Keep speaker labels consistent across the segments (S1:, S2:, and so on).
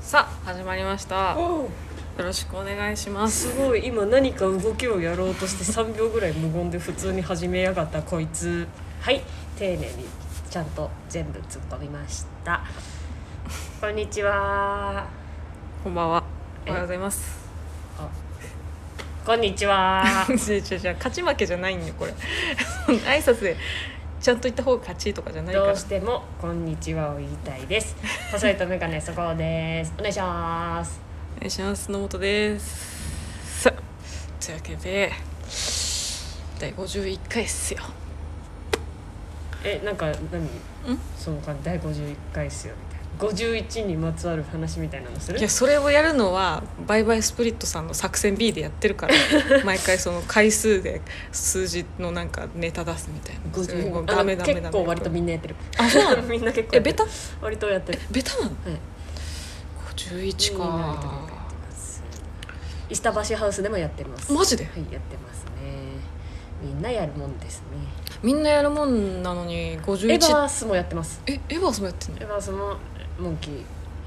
S1: さあ始まりましたよ
S2: おう
S1: ろしくお願いします
S2: すごい今何か動きをやろうとして3秒ぐらい無言で普通に始めやがったこいつはい丁寧にちゃんと全部突っ込みましたこんにちは
S1: こんばんはお
S2: え
S1: はようございます
S2: こんにちは
S1: 違う違う違う勝ち負けじゃないんよこれ 挨拶でちゃんと言った方が勝ちとかじゃないか
S2: ど
S1: ら
S2: うしてもこんにちはを言いたいです細いとメガネそこですお願いします
S1: お願いします野本ですさあというわけで第51回っすよ
S2: えなんか何その間第51回っすよみたいな51にまつわる話みたいなのする
S1: いやそれをやるのはバイバイスプリットさんの作戦 B でやってるから 毎回その回数で数字のなんかネタ出すみたいなそれも
S2: 50
S1: う
S2: あ
S1: ダメ
S2: の
S1: ダメダメ
S2: 結構割とみんなやってる
S1: あそうなの
S2: みんな
S1: え
S2: 結構やって
S1: ベ
S2: る
S1: タ
S2: 割とやってる
S1: ベタなの
S2: はい
S1: 51
S2: みんなや
S1: か
S2: ってるやってますイスタバシハウスでもやってます
S1: マジで
S2: はいやってますねみんなやるもんですね
S1: みんなやるもんなのに
S2: エヴァ
S1: 51
S2: ースもやってます
S1: えエヴァースもやってんの
S2: エヴァースもモンキ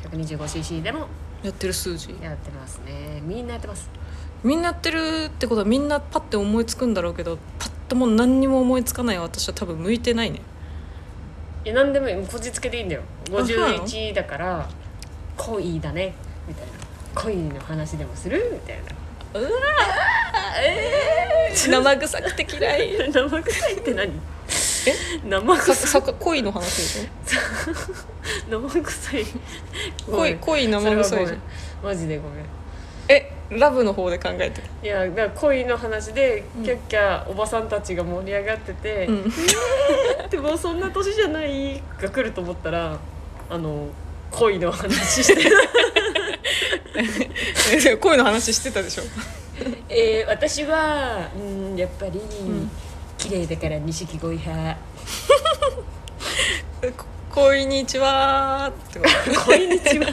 S2: ー 125cc でも
S1: やってる数字
S2: やってますねみんなやってます
S1: みんなやってるってことはみんなパッて思いつくんだろうけどパッともう何にも思いつかない私は多分向いてない ね
S2: いや何でもいいもうこじつけでいいんだよ
S1: あそうなの
S2: 51だから恋だねみたいな恋の話でもするみたいな
S1: 生臭くて嫌 い
S2: 生臭いって何生臭
S1: ささ
S2: い
S1: 恋の話でし
S2: 生臭い
S1: ょ恋恋生臭
S2: それ
S1: いじゃ
S2: はごめ
S1: ん
S2: んマジでごめん
S1: えラブの方で考えてる
S2: いやだから恋の話で
S1: うん
S2: キャッキャおばさんたちが盛り上がってて、
S1: うん
S2: でもそんな年じゃないが来ると思ったらあの恋の話して
S1: え 恋の話してたでしょ
S2: えー、私はうんやっぱり、
S1: ん
S2: 綺麗だから錦鯉派
S1: えこ恋にちはーって こと
S2: 恋にちは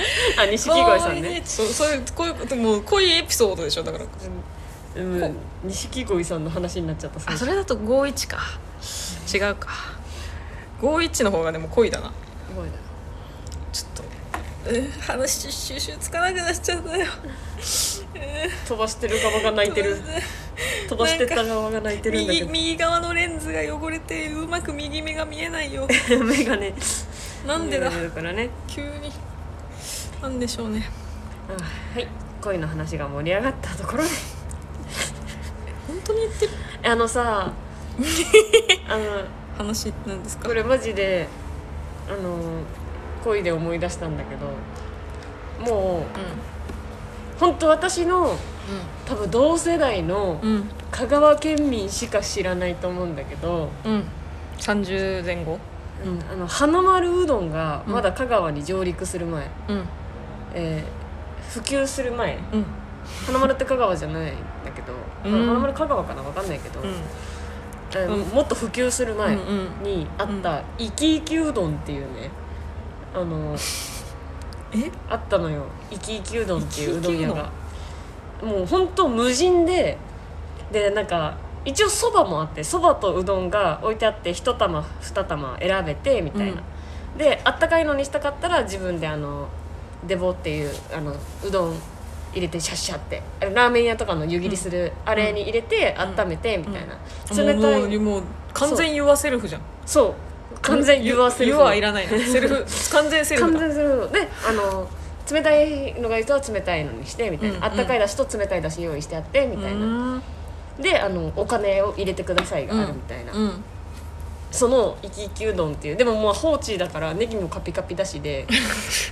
S2: あ錦鯉さん
S1: こうい
S2: ね
S1: うそうそういうこういうこともうこういうエピソードでしょだから
S2: うんうん錦鯉さんの話になっちゃった
S1: あそ
S2: れ
S1: れだと51か違うか51の方がでも恋だな
S2: すごいな
S1: ちょっとうん話収集つかなくなっちゃったよ
S2: 飛ばしてる側が泣いてる飛ばしてった側が泣いてるんだけ
S1: 右
S2: ど
S1: 右側のレンズが汚れてうまく右目が見えないよ
S2: 目がね
S1: なんでだ
S2: だからね
S1: 急になんでしょうね
S2: あはい恋の話が盛り上がったところで
S1: 本当に言ってる
S2: あの さあの
S1: 話なんですか
S2: これマジであの恋で思い出したんだけども
S1: う
S2: う本当私の
S1: ん
S2: 多分同世代の
S1: うんうん
S2: 香川県民しか知らないと思うんだけど、
S1: うん30前後
S2: うん、あの花丸うどんがまだ香川に上陸する前、
S1: うん
S2: えー普及する前
S1: うん
S2: 花丸って香川じゃないんだけど、
S1: うん
S2: 花丸香川かなわかんないけど、
S1: うん
S2: えー
S1: うん
S2: もっと普及する前、
S1: うんうん
S2: にあった「イキイキうどん」っていうねあの
S1: え
S2: あったのよ「イキイキうどん」っていうう
S1: イキ
S2: ど
S1: イ
S2: ん
S1: キう
S2: 屋
S1: どん
S2: がもうほんと無人ででなんか一応そばもあってそばとうどんが置いてあって一玉二玉選べてみたいな、であったかいのにしたかったら自分であのデボっていうあのうどん入れてシャッシャってラーメン屋とかの湯切りする、あれに入れて
S1: ん
S2: 温めてみたいな、冷たい、
S1: もうもう完全ユアセルフじゃん
S2: そう完全言わせる
S1: ユアいらないなセルフ完全セルフ
S2: 完
S1: だ
S2: 全するのであの冷たいのがいい人は冷たいのにしてみたいな、
S1: うんうん
S2: あったかいだしと冷たいだし用意してあってみたいな、
S1: うん
S2: であのお金を入れてくださいがあるみたいな、
S1: うん
S2: その生き生きうどんっていうでももう放置だからネギもカピカピだし で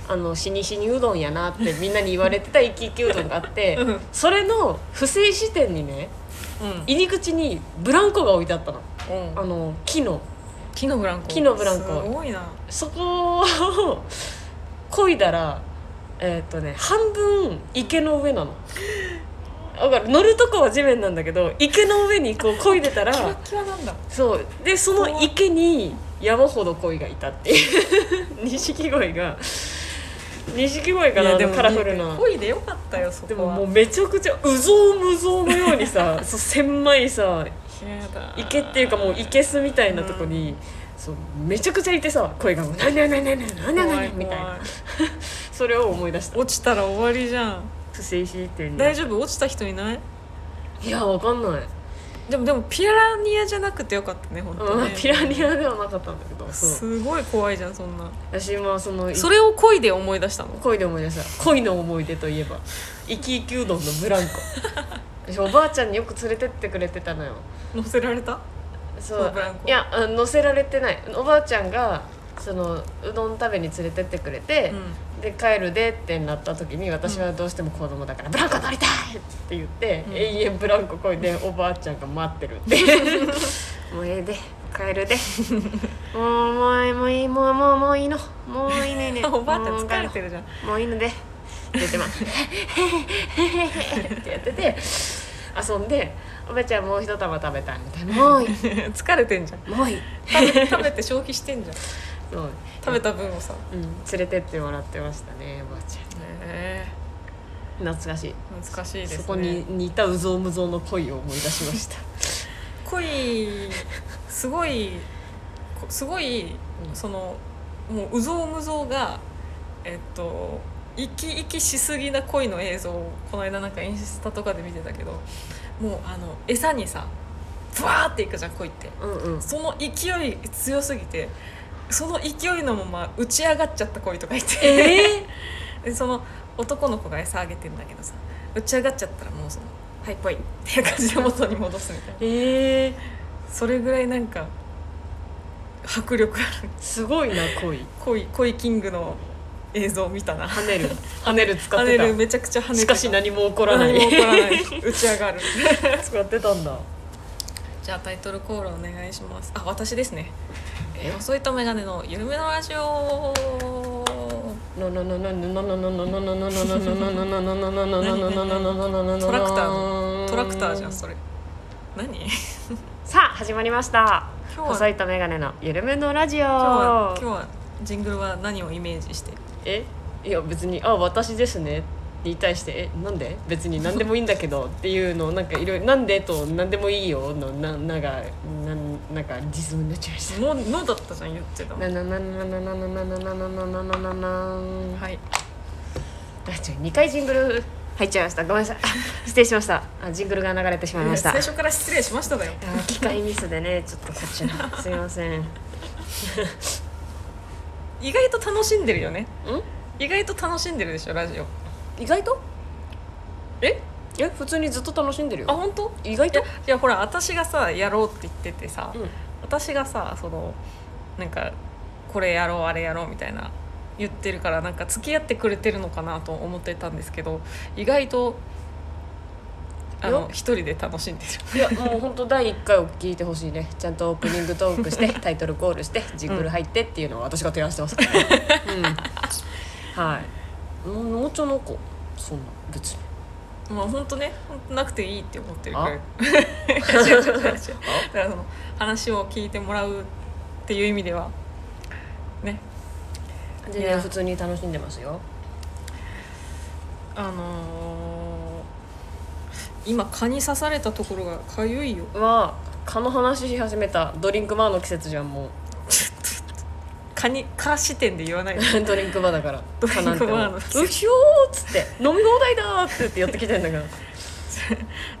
S2: あのしにしにうどんやなってみんなに言われてた生き生きうどんがあって、
S1: うん
S2: それの不正支店にね
S1: うん
S2: 入り口にブランコが置いてあったの
S1: うん
S2: あの木の
S1: 木のブランコ
S2: 木のブランコ
S1: すごいな
S2: そこを漕いだらえーっ、とね半分池の上なのだから乗るとこは地面なんだけど池の上にこう漕いでたら
S1: キワキワなんだ
S2: そうでその池に山ほど鯉がいたっていう 錦鯉が錦鯉かなあのカラフルな
S1: 恋でよかったよそ
S2: で
S1: こ
S2: も
S1: は
S2: もうめちゃくちゃうぞうむぞうのようにさそう千枚さ
S1: やだ
S2: 池っていうかもう生けすみたいなとこに、そうめちゃくちゃいてさ声がもう「なになになになになになに」みたいな。それを思い出した
S1: 落ちたら終わりじゃん
S2: 不正視点
S1: 大丈夫落ちた人いない
S2: いやわかんない、
S1: でもでもピラニアじゃなくてよかったね本当
S2: うん
S1: ね、
S2: ピラニアではなかったんだけどそう
S1: すごい怖いじゃんそんな
S2: 私はその
S1: それを恋で思い出したの
S2: 恋で思い出した恋の思い出といえば生き生きうどんのブ ランコ私おばあちゃんによく連れてってくれてたのよ
S1: 乗せられた
S2: そ
S1: そう
S2: う
S1: ブランコ
S2: いやあ乗せられてないおばあちゃんがそのうどん食べに連れてってくれて、で帰るでってなった時に私はどうしても子供だから「ブランコ乗りたい!」って言って、
S1: うん
S2: 永遠ブランコこいでおばあちゃんが待ってるって もうええで帰 るでもうもうええもういいもうもうもういいのもういいねいい ね
S1: おばあちゃん疲れて
S2: る
S1: るじゃん
S2: もういいのでって言ってまあ ってやってて遊んで「おばあちゃんもう一玉食べたい」みたいな「もういい
S1: 疲れてんじゃん
S2: もういい」
S1: 食べ食べて消費してんじゃん
S2: そう
S1: 食べた分をさ
S2: うん、連れてってもらってましたねおばあちゃん
S1: え
S2: 懐かしい
S1: 難しいですね
S2: そこに似たうぞうむぞうの恋を思い出しました
S1: 恋すごいこすごい
S2: うん
S1: そのもううぞうむぞうがえっと生き生きしすぎな恋の映像をこの間なんかインスタとかで見てたけどもうあの餌にさブワーっていくじゃん恋って
S2: うんうん
S1: その勢い強すぎてその勢いのまま打ち上がっちゃった恋とかいて、
S2: え
S1: でその男の子が餌あげてんだけどさ打ち上がっちゃったらもうその「はいぽい」っていう感じで元に戻すみたいな
S2: ー、えー、
S1: それぐらいなんか迫力ある
S2: すごいな恋
S1: 恋恋キングの映像を見たな
S2: 跳ねる跳ねる 使
S1: 跳
S2: っ
S1: ね
S2: て
S1: る
S2: た
S1: めちゃくちゃ跳ねてた
S2: しかし何も起こらない
S1: 何も起こらない打ち上がる
S2: 使ってたんだ
S1: じゃあタイトルコールお願いしますあ私ですね
S2: え
S1: 細いとメガネの緩めのラジオ
S2: ななななななななななななななななななななななななななななななな
S1: トラクタートラクターじゃんそれ何今
S2: さあ始まりました
S1: 日は
S2: 細いとメガネのゆるめのラジオ
S1: 今日は今日はジングルは何をイメージして
S2: えいや別に「あ私ですね」に対して「えなんで別に何でもいいんだけど」っていうのをなんかいろいろ「なんで?」と「何でもいいよ」のななんかなんなんかリズムになっちゃいまし
S1: ののだったじゃん言ってた
S2: た。
S1: の
S2: なななななななななななななななな
S1: はい
S2: あちょ二回ジングル入っちゃいましたごめんなさいあ失礼しましたあジングルが流れてしまいました
S1: 最初から失礼しましただよ
S2: あ機械ミスでねちょっとこっちのすいませんん
S1: 意外と楽しんでるよね意外と楽しんでるでしょラジオ
S2: 意外と
S1: え
S2: え普通にずっと楽しんでる
S1: あ
S2: よ
S1: 本当
S2: 意外
S1: いや
S2: と
S1: いやほら私がさやろうって言っててさ、
S2: うん
S1: 私がさそのなんかこれやろうあれやろうみたいな言ってるからなんか付き合ってくれてるのかなと思ってたんですけど意外とあ
S2: よ
S1: の一人で楽しんで
S2: いやもう本当第1回を聞いてほしいねちゃんとオープニングトーク してタイトルコールしてジングル入ってっていうのは私が提案してますから、ねうん、はいもうもうちょの子そんな別に
S1: る まあ本当ねほんとなくていいって思ってる から
S2: あ
S1: 違う違う違う違うだからその話を聞いてもらうっていう意味ではね
S2: 全
S1: いや
S2: 然普通に楽しんでますよ
S1: あのー今蚊に刺されたところがかゆいよ
S2: は蚊の話し始めたドリンクバーの季節じゃんもう
S1: 蚊に蚊視点で言 わないで
S2: ドリンクバーだから
S1: ドリンクバーの
S2: 蚊なんてもううひょーっつって飲み放題だーって言って寄ってきてんだから、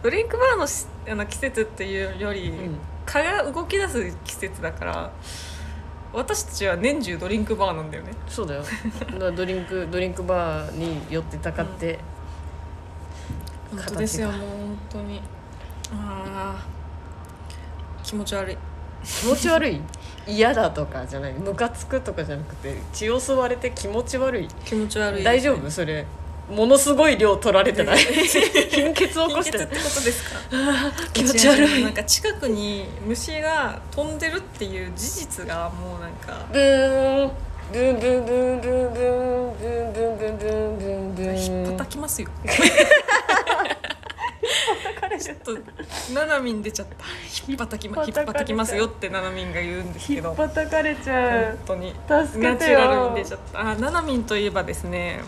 S1: ドリンクバーのしあの季節っていうより、
S2: うん
S1: 蚊が動き出す季節だから私たちは年中ドリンクバーなんだよね
S2: そうだよだからドリンクドリンクバーに寄ってたかって、
S1: 本
S2: 形が
S1: 当ですよもう本当にあー気持ち悪い
S2: 気持ち悪い嫌だとかじゃないムカつくとかじゃなくて血を吸われて気持ち悪い
S1: 気持ち悪い
S2: 大丈夫それものすごい量取られてない 貧血を起
S1: 貧
S2: こし
S1: 血って
S2: て
S1: こ
S2: る
S1: とです か
S2: 気持 ち悪
S1: なん
S2: い
S1: か近くに虫が飛んでるっていう事実がもうなんか
S2: ブーンブーンブーンブーンブーンブーンブーンブーンブーンブーンブーンブーン
S1: 叩きますよちょっとななみん出ちゃったひっぱたきまひ
S2: ひ
S1: っ
S2: っ
S1: ぱ
S2: ぱたかれちゃ
S1: た
S2: う
S1: きますよってななみんが言うんですけど本
S2: たかれちゃ
S1: 当に
S2: 助
S1: ナチュラルに出ちゃったあななみんといえばですね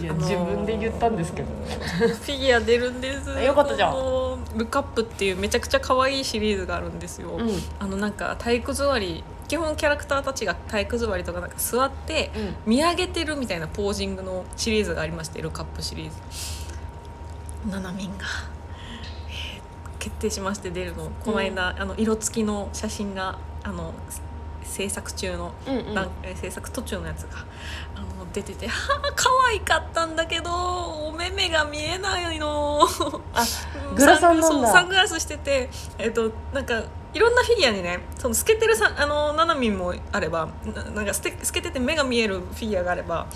S2: いや
S1: あのー
S2: 自分で言ったんですけど
S1: フィギュア出るんです
S2: よかったじゃん
S1: 今度ルカップっていうめちゃくちゃ可愛いシリーズがあるんですよ、
S2: うん
S1: あのなんか体育座り基本キャラクターたちが体育座りとかなんか座って
S2: うん
S1: 見上げてるみたいなポージングのシリーズがありましてルカップシリーズななみんが、えー決定しまして出るのこの間、あの色付きの写真があの制作中の
S2: うんうん
S1: 段階制作途中のやつがあの出てて「はあ可愛かったんだけどお目目が見えないの」
S2: あグラサンなんだ
S1: そうサングラスしててえっとなんかいろんなフィギュアにねその透けてるさあのななみんもあればななんか透け透けてて目が見えるフィギュアがあれば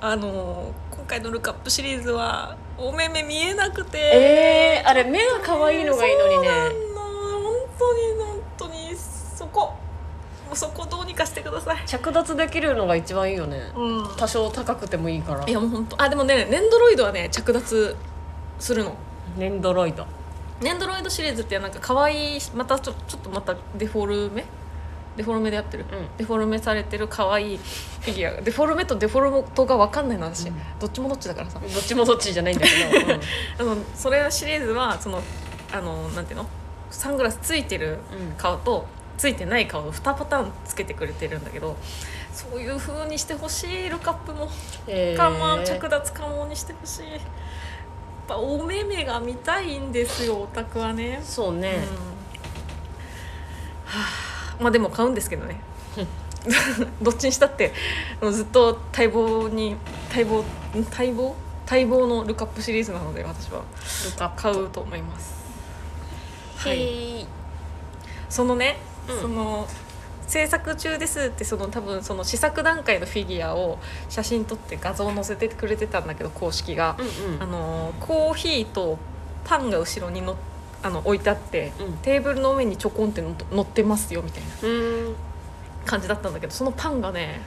S1: あの今回の「ルカップ」シリーズはお目目見えなくて。
S2: えー、あれ目が可愛いのがいいのにね
S1: そうなんの本当に本当にそこもうそこどうにかしてください
S2: 着脱できるのが一番いいよね
S1: うん
S2: 多少高くてもいいから
S1: いやもう本当あでもねネンドロイドはね着脱するの
S2: ネンドロイド
S1: ネンドロイドシリーズってなんか可愛いまたちょちょっとまたデフォルメデフォルメでやってる、
S2: うん
S1: デフォルメされてる可愛いフィギュアがデフォルメとデフォルトが分かんないの私、
S2: うん
S1: どっちもどっちだからさ
S2: どっちもどっちじゃないんだ けど、うん
S1: あのそれシリーズはそのあのなんていうのサングラスついてる
S2: うん
S1: 顔とついてない顔の2パターンつけてくれてるんだけどそういう風にしてほしいルカップも
S2: えー
S1: 我慢着脱可能にしてほしいやっぱお目目が見たいんですよオタクはね、
S2: そう
S1: うん
S2: ね、
S1: はあまあでも買うんですけどね どっちにしたってあのずっと待望に待望ん待望待望のルカップシリーズなので私は
S2: ルカ
S1: 買うと思いますはい
S2: はい
S1: そのね、
S2: うん
S1: その制作中ですってその多分その試作段階のフィギュアを写真撮って画像載せてくれてたんだけど公式が、
S2: うんうん
S1: あのコーヒーとパンが後ろにのあの置いてあって、
S2: うん
S1: テーブルの上にちょこんってのと乗ってますよみたいな
S2: うん
S1: 感じだったんだけどそのパンがね、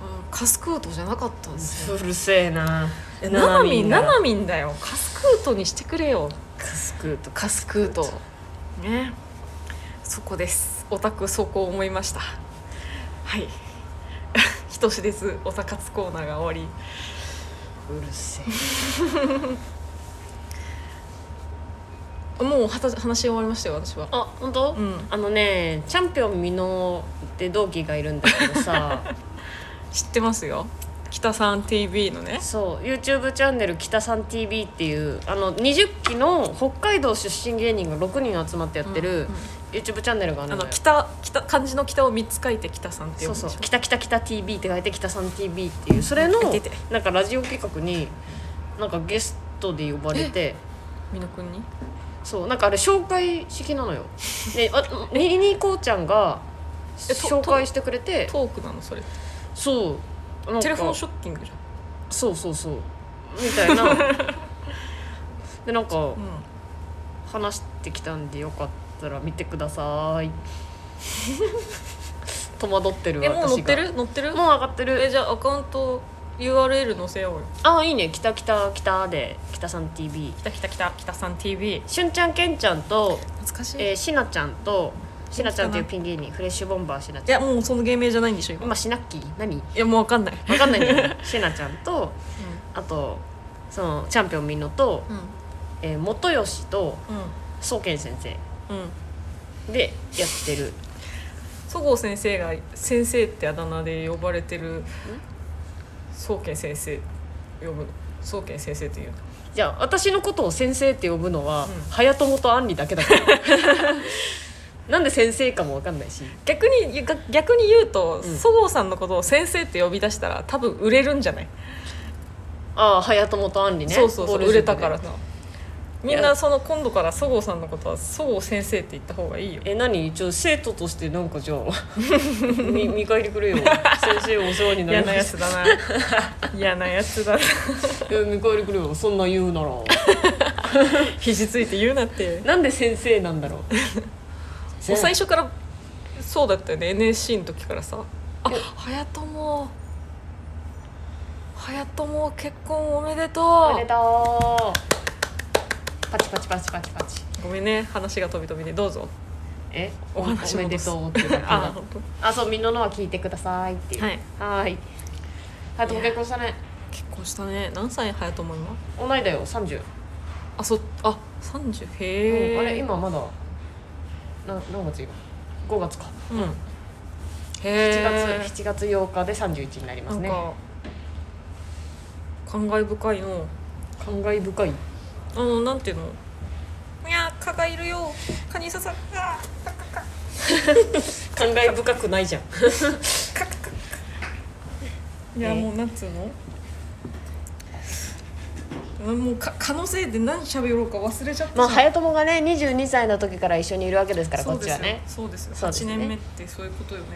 S1: うん、カスクートじゃなかったんですよ。
S2: うるせえな
S1: ななみんな
S2: な
S1: なみんだよカスクートにしてくれよ
S2: カスクーと
S1: カスクートねそこですオタクそこ思いましたはい ひとしですオタ活コーナーが終わり
S2: うるせえ
S1: もうはた話終わりましたよ私は
S2: あ本当、
S1: うん
S2: あのねチャンピオンミノって同期がいるんだけど さ
S1: 知ってますよ北さん TV のね
S2: そう YouTube チャンネル「北さん TV」っていうあの20期の北海道出身芸人が6人集まってやって
S1: うんう
S2: る
S1: ん
S2: YouTube チャンネルがある
S1: あ
S2: の
S1: の
S2: よ
S1: 北北漢字の北を三つ書いて北さんって呼
S2: そう
S1: ぶん
S2: そ
S1: で
S2: う
S1: しょ
S2: 「北北北 TV」って書いて「北さん TV」っていうそれの
S1: うん出て
S2: なんかラジオ企画になんかゲストで呼ばれて
S1: 美濃くんに
S2: そうなんかあれ紹介式な のよ。であレイニーこうちゃんが
S1: えと
S2: 紹介してくれて
S1: トークなのそれって
S2: そうなんか
S1: テレフォンショッキングじゃ
S2: そうそうそうみたい なでなんか
S1: ん、うん、
S2: 話してきたんでよかったら見てください戸惑ってる
S1: えもう
S2: 私が
S1: 乗ってる乗ってる
S2: もう上がって
S1: え
S2: る
S1: じゃあアカウント URL 載せようよ
S2: あいいね「きたきたきた」で「きたさん TV
S1: 北北北北さん TV」
S2: しゅんちゃんけんちゃんと、
S1: 懐かしい、
S2: えー、しなちゃんとしなちゃんっていう
S1: 元
S2: ピン芸人フレッシュボンバーしなち
S1: い
S2: ゃん
S1: やもうその芸名じゃないんでしょ今
S2: 今しなっきー何
S1: いやもうわかんない、
S2: わかんないんだ よねしなちゃんとあとそのチャンピオンみんのと、
S1: うん
S2: えー、元吉と
S1: うん
S2: 宗健先生
S1: うんうん
S2: でやってる
S1: そごう先生が先生ってあだ名で呼ばれてる宗健先生呼ぶ宗健先生っていう
S2: じゃあ私のことを先生って呼ぶのは、
S1: うん
S2: 早友と杏里だけ だからなんで先生かも分かんないし
S1: 逆にが逆に言うと
S2: うん
S1: そごうさんのことを先生って呼び出したら多分売れるんじゃない、
S2: ああ早友と杏里ね
S1: そうそうそ
S2: ボー
S1: う
S2: ル
S1: 売
S2: 塾
S1: れ
S2: で
S1: たからさみんなその今度からそごうさんのことはそごう先生って言った方がいいよ
S2: え何一応生徒としてなんかじゃあ み見返りく れよ先生お世話にな
S1: 嫌
S2: りま
S1: なや
S2: し
S1: つだな 嫌なやつだな
S2: たえ見返りくれよそんな言うなら
S1: 肘ついて言うなって
S2: なんで先生なんだろう
S1: もう最初からそうだったよね NSC の時からさ「あ早友早友結婚おめで
S2: お
S1: と
S2: めで
S1: う
S2: とうパチパチパチパチパチ」
S1: ごめんね話が飛び飛びでどう ぞ
S2: え
S1: お話
S2: おめで
S1: 戻す
S2: とうっていうだけ
S1: あ
S2: だ
S1: 本
S2: あそうみんなのは聞いてくださいっていう
S1: 当はい
S2: はーい。はい、とも結婚したね。
S1: 結婚したね何歳早友今
S2: 同いだよ、三十。
S1: あそあ三30
S2: う
S1: へえ、
S2: んあれ、今まだ。な、何月よ。五月か。
S1: うん
S2: 7
S1: へ
S2: 月7月8日で31になりま
S1: え、
S2: す
S1: なん
S2: ね
S1: か感慨深いの
S2: 感慨深い
S1: あのなんていうのいや蚊がいるよ蚊に刺さったあーカッカッカッ
S2: 感慨深くないじゃん
S1: カッカッカッいや
S2: ね
S1: もうなんつうのうんもうか蚊のせいで何喋ろうか忘れちゃった
S2: まあ早友がね22歳の時から一緒にいるわけですからこ
S1: そう
S2: っ
S1: です
S2: ち
S1: よ
S2: はね
S1: そうですよ
S2: そうです
S1: 8
S2: ね
S1: 年目ってそういうことよね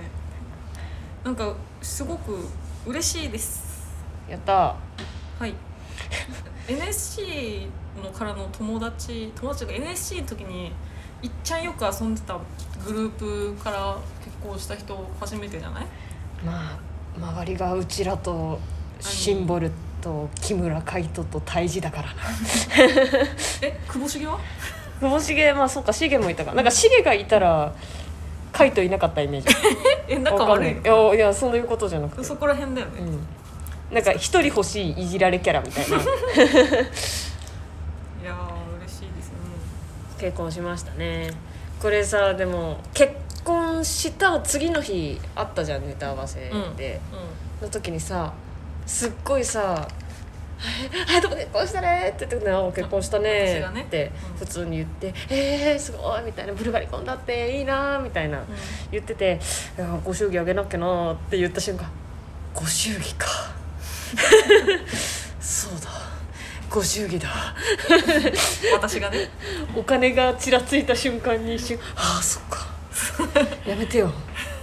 S1: なんかすごく嬉しいです
S2: やった
S1: はい NSC のからの友達友達が NSC の時にいっちゃんよく遊んでたグループから結婚した人初めてじゃない
S2: まあ周りがうちらとシンボルと木村海斗と胎児だからな
S1: え久保茂は
S2: 久保茂まあそうか茂もいたかなんか茂がいたら海斗いなかったイメージ
S1: え仲
S2: わかん
S1: 悪
S2: ないい
S1: の
S2: いやいやそういうことじゃなくて
S1: そこら辺だよね、
S2: うんなんか一人欲しいいじられキャラみたいな
S1: いやー嬉しいですね
S2: 結婚しましたねこれさでも結婚した次の日あったじゃんネタ合わせで、
S1: う
S2: の時にさすっごいさ 「はいどこ結婚したね」って言って「なお結婚した
S1: 私
S2: ね
S1: が」ね
S2: って
S1: うん、
S2: 普通に言って「えー、すごい」みたいな「ブルガリコンだっていいな」みたいなん言ってて「いやご祝儀あげなきゃな」って言った瞬間「ご祝儀か」 そうだご祝儀だ
S1: 私がね
S2: お金がちらついた瞬間に一瞬「ああそっかやめてよ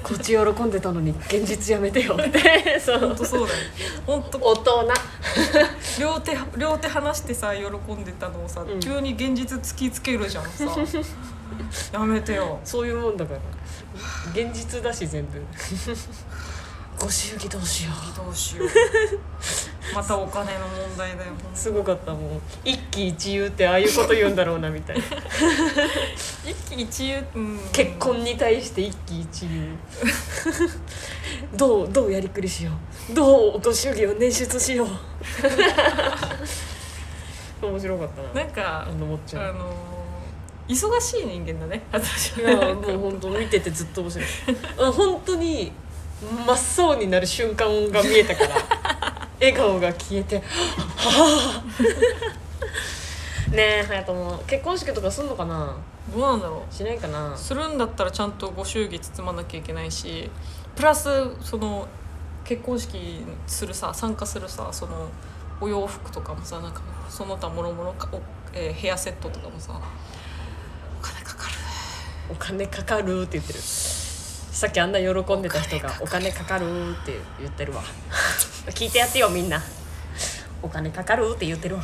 S2: こっち喜んでたのに現実やめてよ」って そ
S1: 本
S2: う
S1: 当そうだよ本当
S2: 大人
S1: 両手両手離してさ喜んでたのをさ、
S2: うん
S1: 急に現実突きつけるじゃん さやめてよ
S2: そういうもんだから現実だし全部ご祝儀どうしよ
S1: どうしようまたお金の問題だよほん
S2: う
S1: と
S2: すごかったもう一喜一憂ってああいうこと言うんだろうなみたい な
S1: 一喜一憂、うん
S2: 結婚に対して一喜一憂どうどうやりくりしようどうご祝儀を捻出しよう 面白かった
S1: な
S2: な
S1: んか
S2: あのもっち
S1: あ
S2: ゃん
S1: のー忙しい人間だね私
S2: い
S1: は
S2: やもう本当見ててずっと面白いあ本当に真っ青になる瞬間が見えたから 笑顔が消えてはあ ねえ隼人も結婚式とかすんのかな
S1: どうなんだろ
S2: しないかな
S1: うするんだったらちゃんとご祝儀包まなきゃいけないしプラスその結婚式するさ参加するさそのお洋服とかもさなんかその他もろもろかお、えーヘアセットとかもさお金かかる
S2: お金かかるって言ってるさっきあんな喜んでた人が「お金かかる」って言ってるわ聞いてやってよみんな「お金かかる」って言ってるわ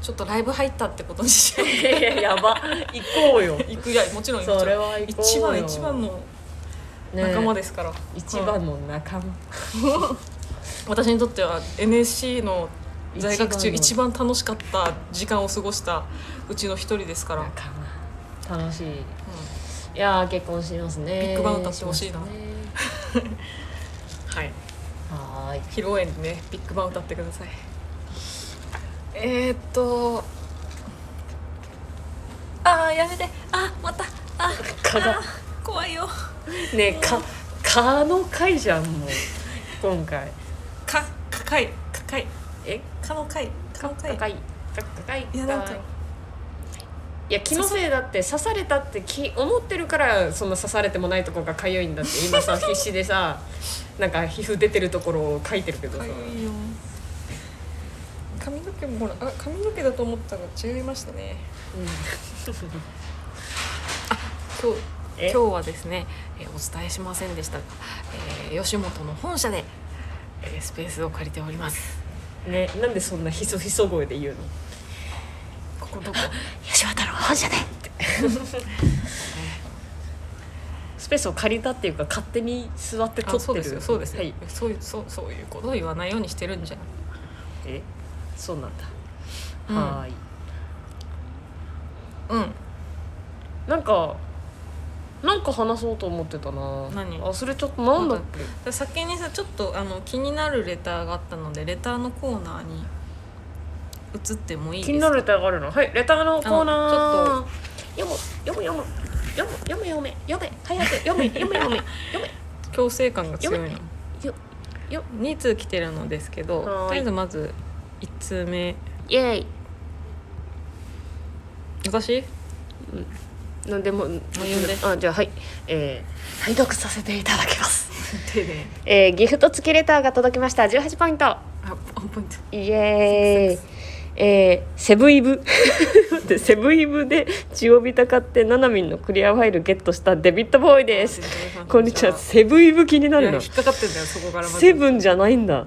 S1: ちょっとライブ入ったってことにしよう
S2: いや やば行こうよ
S1: 行くいやもちろん行く
S2: それは行こう
S1: 一
S2: よ
S1: 番一番の仲間ですから、
S2: 一番の仲間、
S1: 私にとっては NSC の在学中一
S2: 一
S1: 番楽しかった時間を過ごしたうちの一人ですから、
S2: 仲間楽しいいやー結婚しますね
S1: ビッグバン歌ってほしいな
S2: ますね
S1: はい、
S2: はーい
S1: 披露宴でねビッグバン歌ってくださいえー、っとあーやめてあーまたあー
S2: 蚊が
S1: 怖いよ
S2: ねえ蚊蚊の回じゃんもう今回
S1: かかかいかかい
S2: え
S1: かのかいかのか
S2: 蚊
S1: い
S2: かい蚊かい
S1: いやなんか
S2: いや気のせいだって刺されたってき思ってるからそんな刺されてもないところが痒いんだって今さ必死で さなんか皮膚出てるところを書いてるけど
S1: か
S2: さ
S1: ゆいよ髪の毛もほらあ髪の毛だと思ったが違いましたね
S2: うん
S1: 今日
S2: え
S1: 今日はですね、えーお伝えしませんでしたが、えー吉本の本社で、えースペースを借りております
S2: ねなんでそんなひそひそ声で言うの
S1: ここどこ
S2: 吉本の本社でってスペースを借りたっていうか勝手に座って撮
S1: あ
S2: って
S1: そう
S2: る
S1: ですよそうですよ、
S2: は
S1: はいい、そういうそうそういうことを言わないようにしてるんじゃ
S2: えそうなんだ、
S1: うん
S2: はーい
S1: うん
S2: なんかなんか話そうと思ってたな
S1: 何
S2: あそれちょっとなんだっけ
S1: で先にさちょっとあの気になるレターがあったのでレターのコーナーに移ってもいいですか
S2: 気になるレターがあるのはいレターのコー
S1: あ
S2: ナー読む読む読む読む読む読め読め早く読め読め読め読め
S1: 強制感が強いの
S2: よよよ
S1: 2通来てるのですけど
S2: はーい
S1: とりあえずまず1通目
S2: イエイ
S1: 私
S2: なんでも呼ん
S1: で
S2: あじゃあはいえー、拝読させていただきます、
S1: 丁寧
S2: えー、ギフト付きレターが届きました18ポイント
S1: あワンポイント
S2: イエーイえー、セブイブ待ってセブイブ で血をびたかってナナミンのクリアファイルゲットしたデビットボー イですこんにちはセブイブ気にないる
S1: や
S2: な
S1: 引っかかってんだよそこからまず
S2: セブンじゃないんだ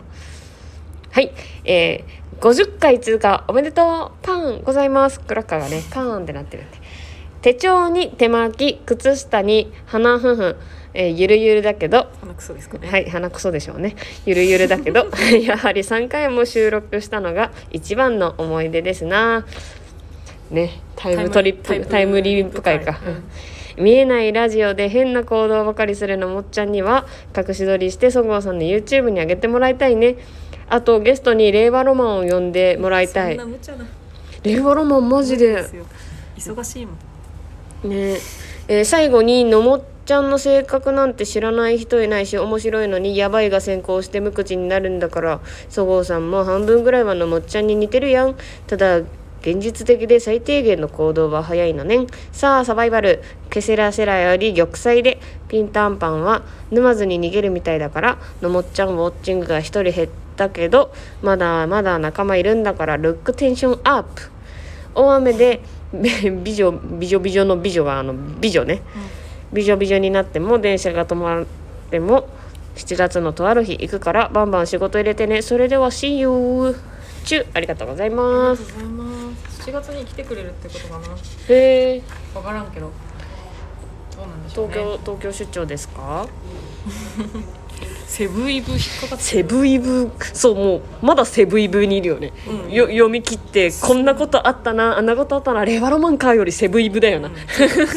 S2: はいえー、50回通過おめでとうパンございますクラッカーがねパーンってなってるんで手帳に手巻き靴下に鼻ふんふん、えーゆるゆるだけど
S1: このクソですかね
S2: はい鼻くそでしょうねゆるゆるだけど やはり3回も収録したのが一番の思い出ですなねタイムトリップタイムリープ会か、見えないラジオで変な行動ばかりするのもっちゃんには隠し撮りしてそごうさんの YouTube に上げてもらいたいねあとゲストに令和ロマンを呼んでもらいたい
S1: そんな無茶な
S2: 令和ロマンマジで
S1: 無茶すよ忙しいもん
S2: ねえー最後にのもっちゃんの性格なんて知らない人いないし面白いのにやばいが先行して無口になるんだからそごうさんも半分ぐらいはのもっちゃんに似てるやんただ現実的で最低限の行動は早いのねんさあサバイバルケセラセラより玉砕でピンタンパンは沼津に逃げるみたいだからのもっちゃんウォッチングが1人減ったけどまだまだ仲間いるんだからルックテンションアップ大雨で べ美女美女美女の美女はあの美女ね、美女美女になっても電車が止まっても7月のとある日行くからバンバン仕事入れてねそれでは See you チュありがとうござい
S1: あ
S2: ま
S1: りがと
S2: す
S1: うございます7月に来てくれるってことかな
S2: へえ
S1: 分からんけどどうなんでしょう
S2: 東
S1: ね
S2: 京東京出張ですか
S1: セブイブ引っかかって
S2: セブイブそうもうまだセブイブにいるよね、
S1: うん
S2: よ読み切ってこんなことあったなあんなことあったなレバロマンカーよりセブイブだよな、
S1: セブン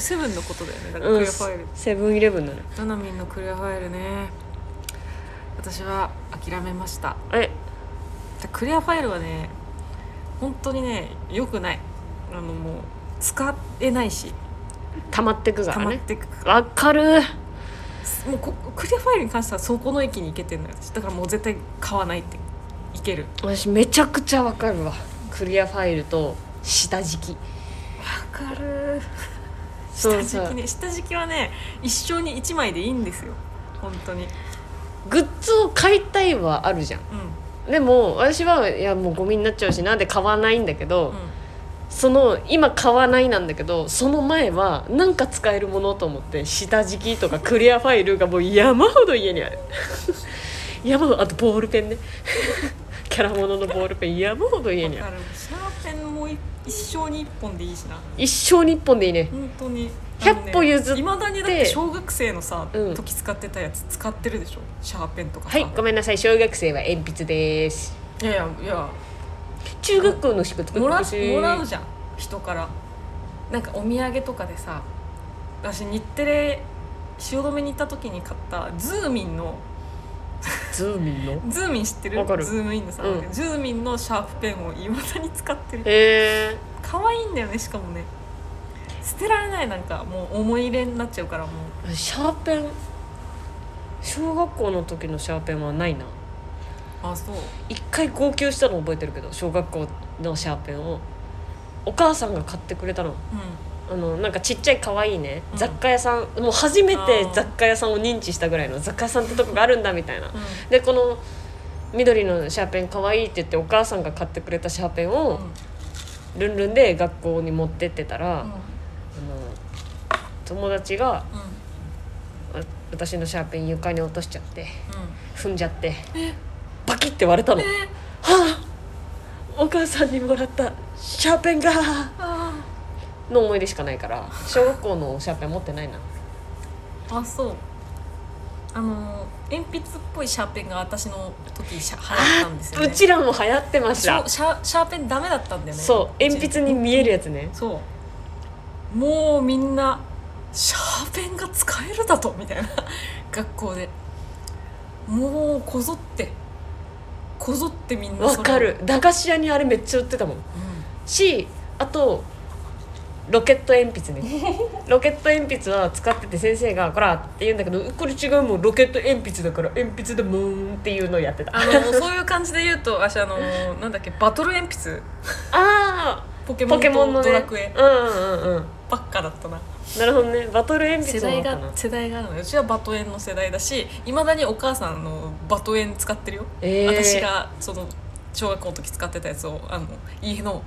S1: セブンのことだよねだから
S2: う
S1: ク
S2: ん
S1: リアファイル、
S2: セブンイレブンだね
S1: ナナミンのクリアファイルね私は諦めました
S2: え
S1: でクリアファイルはね本当にね良くないあのもう使えないし
S2: 溜まってくか
S1: 溜
S2: ら
S1: まっ
S2: ね
S1: てくか
S2: わかる
S1: もうこクリアファイルに関してはそこの駅に行けてるのよ私だからもう絶対買わないって行ける
S2: 私めちゃくちゃわかるわクリアファイルと下敷
S1: わ
S2: き
S1: かる
S2: そう
S1: 下
S2: そ
S1: 敷き
S2: う
S1: ね下敷きはね一生に1枚でいいんですよ本当に
S2: グッズを買いたいはあるじゃん
S1: う
S2: でも私はいやもうゴミになっちゃうしなで買わないんだけど、
S1: んうん
S2: その今買わないなんだけどその前はなんか使えるものと思って下敷きとかクリアファイルがもう山ほど家にある 山ほどあとボールペンね キャラもののボールペン山ほど家にあ
S1: わ
S2: る
S1: かるシャーペンもい一生に一本でいいしな
S2: 一生に一本でいいね
S1: 本当に
S2: 100歩譲って
S1: いまだにだって小学生のさ、
S2: うん
S1: 時使ってたやつ使ってるでしょシャーペンとか
S2: は
S1: さ、
S2: いごめんなさい小学生は鉛筆です
S1: いやいやいや
S2: 中学校の宿作って
S1: もら
S2: ほ
S1: う
S2: しい
S1: もらうじゃん人からなんかお土産とかでさ私日テレ汐留に行った時に買ったズーミンの
S2: ズーミンの
S1: ズーミン知ってる
S2: わかる
S1: ズームインのさ、
S2: うん
S1: ズーミンのシャープペンをいまだに使ってる
S2: へえ
S1: 可愛いんだよねしかもね捨てられないなんかもう思い入れになっちゃうからもう
S2: シャーペン小学校の時のシャーペンはないな
S1: あそう
S2: 一回号泣したの覚えてるけど小学校のシャーペンをお母さんが買ってくれたの
S1: う
S2: あのなんかちっちゃい可愛いね、
S1: うん
S2: 雑貨屋さんもう初めて
S1: あー
S2: 雑貨屋さんを認知したぐらいの雑貨屋さんってとこがあるんだみたいなん
S1: うん
S2: でこの緑のシャーペン可愛いって言ってお母さんが買ってくれたシャーペンをルンルンで学校に持ってってたら、あの友達がわ私のシャーペン床に落としちゃって踏んじゃってバキって割れたの、はあお母さんにもらったシャーペンがの思い出しかないから小学校のシャーペン持ってないな
S1: あそうあのー鉛筆っぽいシャーペンが私の時しゃ流行ったんですよ、ね、
S2: うちらも流行ってまし
S1: シャ
S2: た
S1: シャシャーペンダメだったんだよね
S2: そう鉛筆に見える
S1: や
S2: やつね
S1: つそうもうみんなシャーペンが使えるだとみたいな 学校でもうこぞってこぞってみんな
S2: わ
S1: それを
S2: かる駄菓子屋にあれめっちゃ売ってたもん
S1: うん
S2: しあとロケット鉛筆ね ロケット鉛筆は使ってて先生が「こら!」って言うんだけど「これ違うもんロケット鉛筆だから鉛筆でムーン」っていうのをやってたあ
S1: あの そういう感じで言うと私あのなんだっけバトル鉛筆
S2: あ
S1: ポケ
S2: ー
S1: モ
S2: ポ
S1: ン
S2: ケモンの
S1: と
S2: ね
S1: ドラクエ
S2: うんうんうんうん
S1: ばっかだったな
S2: なるほどねバトル鉛
S1: 世
S2: 筆な
S1: 代
S2: のか
S1: が
S2: な
S1: 世代があるのようちはバトエンの世代だしいまだにお母さんのバトエン使ってるよ、
S2: えー
S1: 私がその小学校の時使ってたやつをあの家の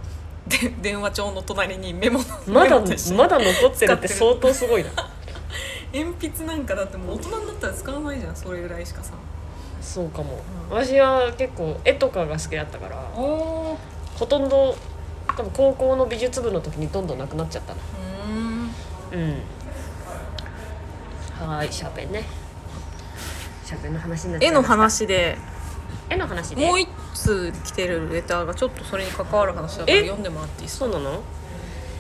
S1: で電話帳の隣にメモの
S2: まだ
S1: メモとして
S2: まだ残ってるって
S1: 使って
S2: 相当すごいな
S1: 鉛筆なんかだってもう大人になったら使わないじゃんそれぐらいしかさ
S2: そうかも
S1: う
S2: 私は結構絵とかが好きだったから
S1: お
S2: ほとんど多分高校の美術部の時にどんどんなくなっちゃったな
S1: うん
S2: うんはーいシャーペンねシャーペンの話になっちゃ
S1: 絵
S2: いま
S1: の
S2: した
S1: 話で
S2: 絵の話で
S1: もう一通来てるレターがちょっとそれに関わる話だから
S2: え
S1: 読んでもらっていいですか
S2: そうなの、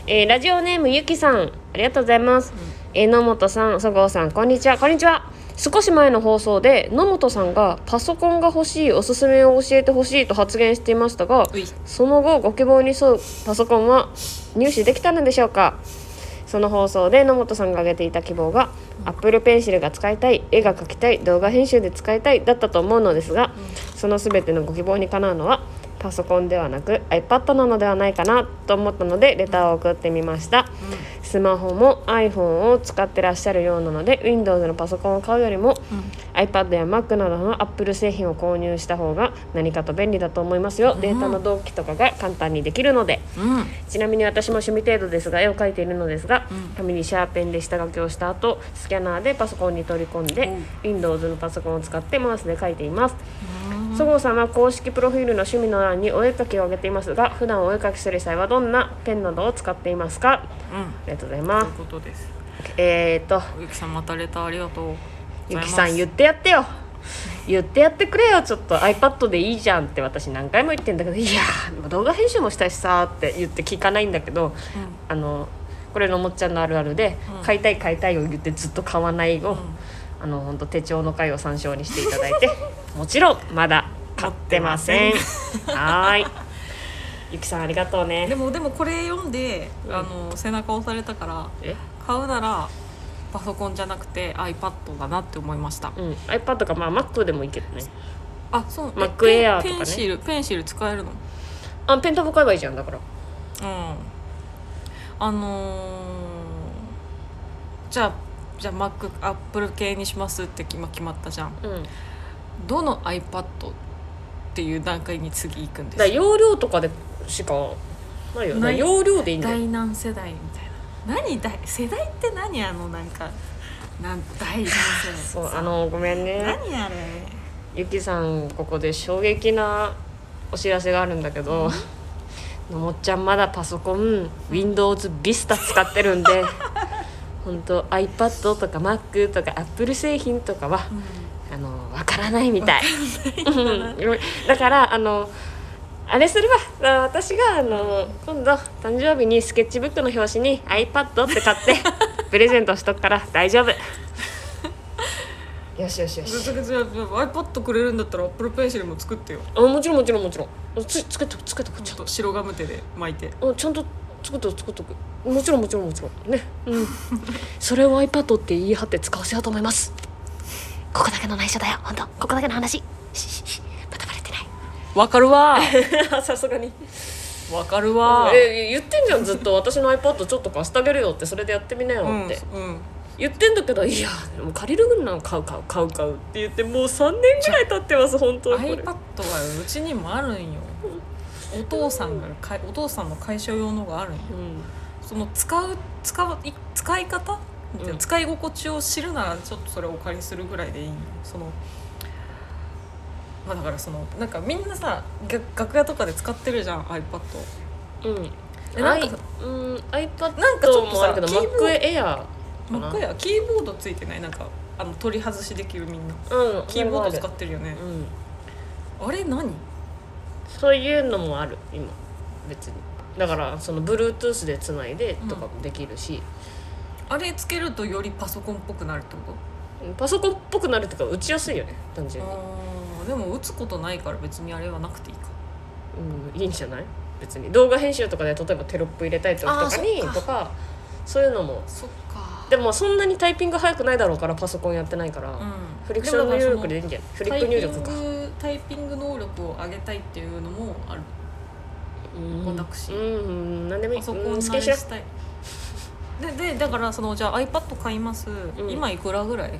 S2: えーラジオネームゆきさんありがとうございます、えー野本さんそごうさんこんにちはこんにちは少し前の放送で野本さんがパソコンが欲しいおすすめを教えてほしいと発言していましたが
S1: うい
S2: その後ご希望に沿うパソコンは入手できたのでしょうかその放送で野本さんが挙げていた希望が Apple Pencil が使いたい絵が描きたい動画編集で使いたいだったと思うのですがその全てのご希望にかなうのはパソコンではなく iPad なのではないかなと思ったのでレターを送ってみましたスマホも iPhone を使ってらっしゃるようなので Windows のパソコンを買うよりも
S1: うん
S2: iPad や Mac などの Apple 製品を購入した方が何かと便利だと思いますよ、データの同期とかが簡単にできるので
S1: うんうん
S2: ちなみに私も趣味程度ですが絵を描いているのですが、
S1: うん
S2: 紙にシャーペンで下書きをした後スキャナーでパソコンに取り込んで、
S1: うん
S2: Windows のパソコンを使ってマウスで描いていますそごうさんは公式プロフィールの趣味の欄にお絵描きを挙げていますが普段お絵描きする際はどんなペンなどを使っていますかありがとうござい
S1: と
S2: ます
S1: いうことです
S2: えーと
S1: ゆきさんまたレターありがとうご
S2: ゆ
S1: ざい
S2: き
S1: ます
S2: さん言ってやってよ言ってやってくれよちょっと iPad でいいじゃんって私何回も言ってんだけどいやー動画編集もしたいしさーって言って聞かないんだけどあのこれのもっちゃんのあるあるで
S1: うん
S2: 「買いたい買いたい」を言ってずっと買わないを、
S1: うん
S2: あの本当手帳の回を参照にしていただいて もちろんまだ買ってません
S1: 持っ
S2: は ーいゆきさんありがとう
S1: うんで
S2: ね
S1: もでもこれ読んで、
S2: うん
S1: あの背中押されたから
S2: え
S1: 買うならパソコンじゃなくて iPad だなって思いました
S2: うん iPad とかまあ Mac でもいいけどね
S1: あそうえ
S2: Mac
S1: ペン
S2: Air とかね
S1: ペンシルペンシル使えるのう
S2: あペンタブ買えばいいじゃんだから
S1: んあのーじゃあじゃあ Mac アップル系にしますって今決まったじゃん
S2: うん
S1: どの iPad っていう段階に次行くんで
S2: だから
S1: すか
S2: 容量とかでしかないよね
S1: ない
S2: 容量でいいんだよ
S1: 第何世代みたいな何だ世代って何あのなんかなん第何世代
S2: そうあのごめんね
S1: 何あれ
S2: ゆきさんここで衝撃なお知らせがあるんだけど、のもっちゃんまだパソコン Windows Vista 使ってるん で本当 iPad とか Mac とか Apple 製品とかはあのわからないみたいうんだからあのあれするわあ私があの今度誕生日にスケッチブックの表紙に iPad って買って プレゼントしとくから大丈夫よしよしよし
S1: ずっとずっと iPad くれるんだったら Apple Pencil も作ってよ
S2: あもちろんもちろんもちろんつつけとくつけとく
S1: ち
S2: ち
S1: ょっ
S2: ゃんと
S1: と白ガム手で巻いて
S2: あちゃんとつけとくつけとくもちろんもちろんもちろんね うんそれを iPad って言い張って使わせようと思いますここだけの内緒だよ本当ここだけの話シシシまだバレてな
S1: わかるわ
S2: い さすがに
S1: わかるわ
S2: え言ってんじゃんずっと私の iPad ちょっと貸してあげるよってそれでやってみなよ
S1: うん
S2: って、
S1: うん
S2: 言ってんだけどいやもう借りるぐらいなの買う買う買う買うって言ってもう3年ぐらい経ってます本当これ
S1: iPad がうちにもあるんよお父さんがかいお父さんの会社用のがあるんよ
S2: うん
S1: その使う使うい使い方、
S2: うん
S1: 使い心地を知るならちょっとそれをお借りするぐらいでいいよそのまあだからそのなんかみんなさが楽屋とかで使ってるじゃん iPad
S2: うん
S1: えなんか
S2: I- うん iPad
S1: なんかちょっと
S2: もあ
S1: さ
S2: るけど
S1: キーボ
S2: Mac
S1: ー
S2: Air かな
S1: Mac やキーボードついてないなんかあの取り外しできるみんな
S2: うん
S1: キーボード
S2: それ
S1: 使
S2: も
S1: ってるよね
S2: あるうん
S1: あれ何
S2: そういうのもある今別にだからその Bluetooth でつないでとかもできるし、
S1: あれつけるとよりパソコンっぽくなるってこと
S2: パソコンっぽくなるっていうか打ちやすいよね単純に、
S1: あーでも打つことないから別にあれはなくていいか
S2: うん、いいんじゃない別に動画編集とかで例えばテロップ入れたりとかに
S1: あーそっか
S2: とかそういうのも
S1: そっか
S2: でもそんなにタイピング早くないだろうからパソコンやってないから、
S1: うん
S2: フリクション入力でいいんじゃないフリック入力
S1: タ
S2: か
S1: イピングタイピング能力を上げたいっていうのもある
S2: うん
S1: コンタクシー
S2: うんうん何でもいい
S1: パソコン
S2: うん
S1: 慣
S2: スキ
S1: れ
S2: ンしろ
S1: したいででだからそのじゃあ iPad 買います、
S2: ん
S1: 今いくらぐらい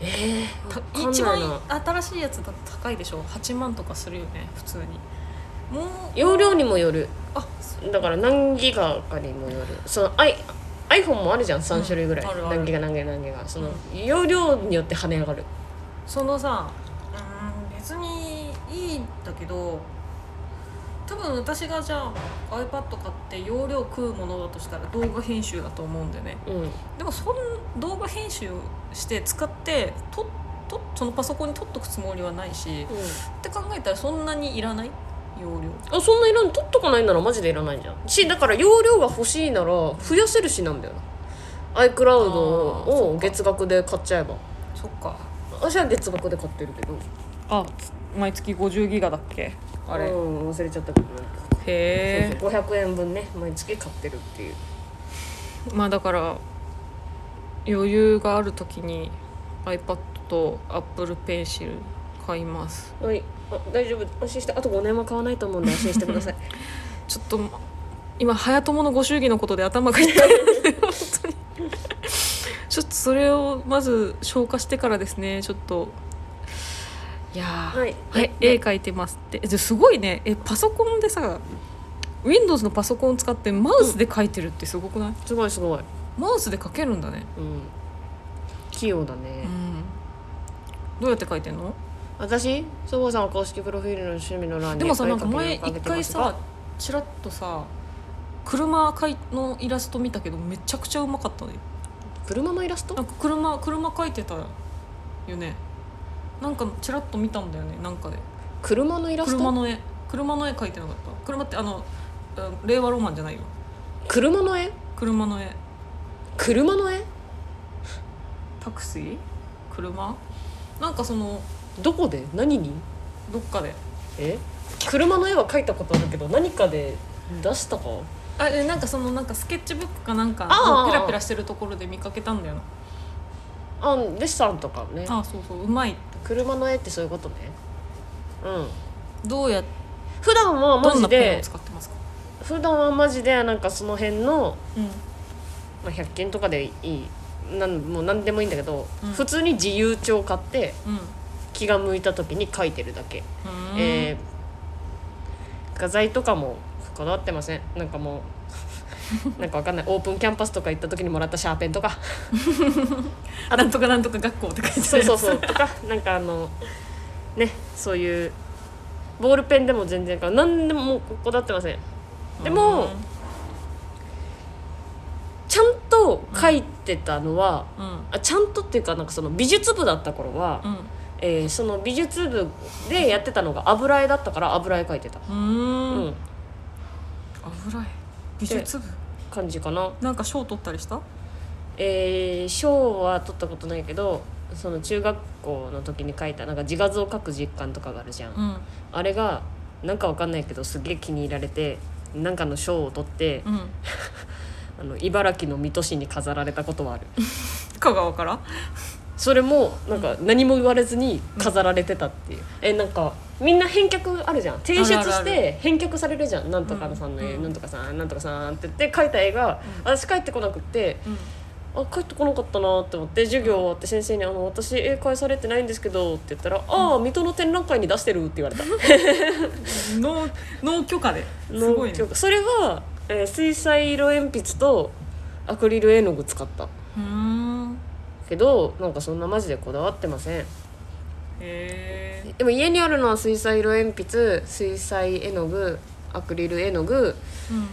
S2: えー
S1: た
S2: わかんないな
S1: 一番新しいやつだと高いでしょ8万とかするよね普通にもう
S2: 容量にもよる
S1: あそ
S2: だから何ギガかにもよるその I iPhone もあるじゃん3種類ぐらい、
S1: うんあるある
S2: 何ギガ何ギガ何ギガその、容量によって跳ね上がる
S1: そのさうーん別にいいんだけど多分私がじゃあ iPad 買って容量食うものだとしたら動画編集だと思うんでね
S2: うん
S1: でもそん動画編集して使ってととそのパソコンに取っとくつもりはないしって考えたらそんなにいらない容量
S2: あそんないらん取っとかないならマジでいらないじゃんしだから容量が欲しいなら増やせるしなんだよな iCloud
S1: あーそっ
S2: を
S1: か
S2: 月額で買っちゃえば
S1: そっか
S2: 私は月額で買ってるけど
S1: あ毎月50ギガだっけあれ
S2: う
S1: へ
S2: ん忘れちゃったけどね
S1: え
S2: そうそう500円分ね毎月買ってるっていう
S1: まあだから余裕がある時に iPad と ApplePencil 買います
S2: はいあ大丈夫安心してあと5年は買わないと思うんで安心してくださ い
S1: ちょっと今早友のご祝儀のことで頭が痛い本当にちょっとそれをまず消化してからですねちょっといやー
S2: はい
S1: はい、絵描いてますってえじゃあすごいねえパソコンでさ Windows のパソコンを使ってマウスで描いてるってすごくない、
S2: すごいすごい
S1: マウスで描けるんだね
S2: うん器用だ
S1: う
S2: ね、
S1: んどうやって描いてんの
S2: 私そごさんは公式プロフィールの趣味の欄に
S1: でもさ
S2: 絵
S1: な
S2: 描
S1: ん
S2: き
S1: か
S2: の
S1: 前
S2: リンクあげ
S1: 一
S2: てま
S1: 回
S2: すが
S1: さちらっとさ車描いのイラスト見たけどめちゃくちゃうまかったね
S2: 車のイラスト
S1: なんか車車描いてたよねなんかちらっと見たんだよねなんかで
S2: 車のイラスト
S1: 車の絵車の絵描いてなかった車ってあのうん令和ロマンじゃないよ
S2: 車の絵
S1: 車の絵
S2: 車の絵
S1: タクシー車なんかその
S2: どこで何に
S1: どっかで
S2: え車の絵は描いたことあるけど何かで出したか
S1: あえなんかそのなんかスケッチブックかなんかの
S2: あー
S1: ペラペラしてるところで見かけたんだよな
S2: あデッサンとかね
S1: あそうそううまい
S2: 車の絵ってそういうことねうん
S1: どうや
S2: 普段はマ
S1: どん
S2: ジ
S1: なペンを
S2: で
S1: 使ってますか
S2: 普段はマジでなんかその辺の、
S1: うん
S2: まあ、100均とかでいいなんもう何でもいいんだけど、
S1: うん
S2: 普通に自由帳買って
S1: うん
S2: 気が向いた時に書いてるだけ、
S1: うーん
S2: えー画材とかもこだわってませんなんかも うなんかわかんないオープンキャンパスとか行った時にもらったシャーペンとか
S1: あなんとかなんとか学校って書いてある
S2: そうそうそうとかなんかあのねそういうボールペンでも全然か何でももうこだわってませんでもちゃんと書いてたのは、
S1: うんうん
S2: あちゃんとっていうかなんかその美術部だった頃は、えーその美術部でやってたのが油絵だったから油絵描いてた、
S1: うん
S2: う
S1: うん
S2: ん、
S1: 危ない美術部
S2: 感じかな
S1: なんか賞取ったりした
S2: えー賞は取ったことないけどその中学校の時に書いたなんか自画像を描く実感とかがあるじゃん、
S1: うん
S2: あれがなんかわかんないけどすげえ気に入られてなんかの賞を取って、
S1: うん
S2: あの茨城の水戸市に飾られたことはある
S1: 香川から
S2: それもなんか何も言われずに飾られてたっていう、えなんかみんな返却あるじゃん提出
S1: あるあ
S2: し
S1: る
S2: て返却されるじゃんなんとかさんの絵、
S1: うん
S2: なんとかさんなんとかさんって言って書いた絵が、私帰ってこなくって
S1: うん
S2: あ帰ってこなかったなって思って授業終わって先生に「あの私絵返されてないんですけど」って言ったら「ああ水戸の展覧会に出してる」って言わ れた
S1: ノーノー許可ですごいね
S2: のそれは、えー水彩色鉛筆とアクリル絵の具使った
S1: うーん
S2: けどなんかそんなマジでこだわってません
S1: へえ
S2: でも家にあるのは水彩色鉛筆水彩絵の具アクリル絵の具
S1: うん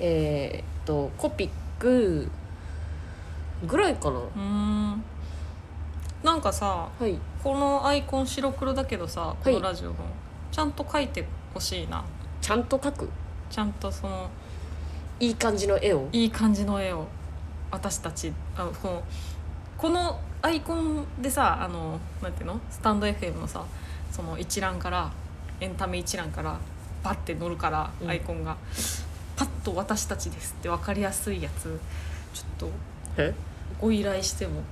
S2: えーっとコピックぐらいかな
S1: うーんなんかさ
S2: はい
S1: このアイコン白黒だけどさこのラジオの、ちゃんと書いてほしいな
S2: ちゃんと描く
S1: ちゃんとその
S2: いい感じの絵を
S1: いい感じの絵を私たちあこのこのアイコンでさあのなんていうのスタンド FM のさその一覧からエンタメ一覧からバッて乗るから
S2: うん
S1: アイコンが、パッと「私たちです」って分かりやすいやつちょっと
S2: え
S1: ご依頼しても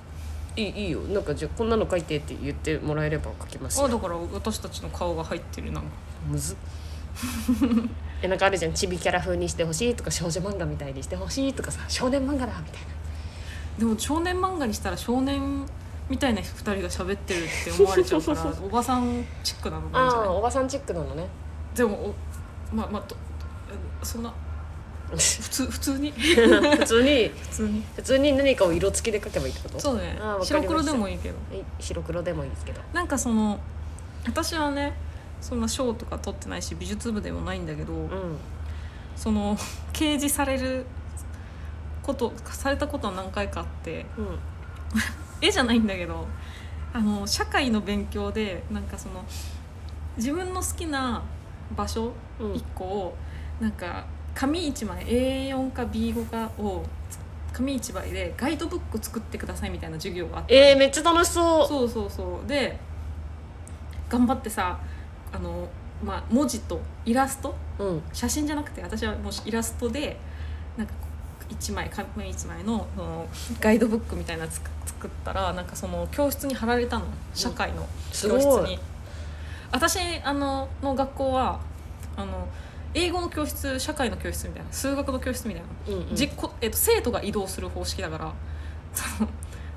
S2: いいいいよなんかじゃあこんなの書いてって言ってもらえれば書きます
S1: あ
S2: よ
S1: だから私たちの顔が入ってるなんか
S2: む ずっえなんかあるじゃんちびキャラ風にしてほしいとか少女漫画みたいにしてほしいとかさ少年漫画だみたいな
S1: でも少年漫画にしたら少年みたいな2人が喋ってるって思われちゃうから おばさんチックなのがいいんじゃ
S2: ああ
S1: ない
S2: おばさんチックなのね
S1: でもおまあまあとそんな普通普通に普
S2: 普通に
S1: 通に
S2: 普通に何かを色付きで書けばいいってこ と
S1: そうね
S2: あーわかりました
S1: 白黒でもいいけど
S2: はい白黒でもいいですけど
S1: なんかその私はねそんな賞とか取ってないし美術部でもないんだけど、
S2: うん
S1: その 掲示されることされたことは何回かあって
S2: うん
S1: 絵じゃないんだけどあの社会の勉強でなんかその自分の好きな場所
S2: うん
S1: 1個を、なんか紙1枚 A4 か B5 かを紙1枚でガイドブック作ってくださいみたいな授業があって
S2: えー、めっちゃ楽しそう
S1: そうそうそうで頑張ってさあの、まあ、文字とイラスト
S2: うん
S1: 写真じゃなくて私はもうイラストでなんかこう一枚紙一枚のそのガイドブックみたいなのつく作ったらなんかその教室に貼られたの社会の
S2: す
S1: 教
S2: ご
S1: 室
S2: い
S1: に。私あのの学校はあの英語の教室社会の教室みたいな数学の教室みたいな
S2: うんうん
S1: 実行えっと、生徒が移動する方式だから その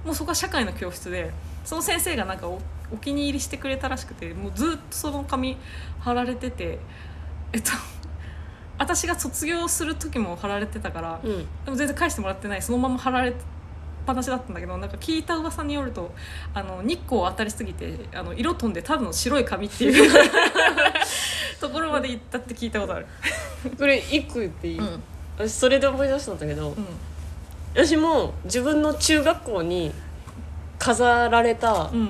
S1: もうそこは社会の教室でその先生がなんかおお気に入りしてくれたらしくてもうずっとその紙貼られててえっと 私が卒業する時も貼られてたから
S2: うん
S1: でも全然返してもらってないそのまま貼られっぱなしだったんだけどなんか聞いた噂によるとあの日光当たりすぎてあの色飛んでただの白い紙っていう ところまで行ったって聞いたことある。
S2: これ一個言っていい、
S1: うん
S2: 私それで思い出したんだけど、私も自分の中学校に飾られた、
S1: うん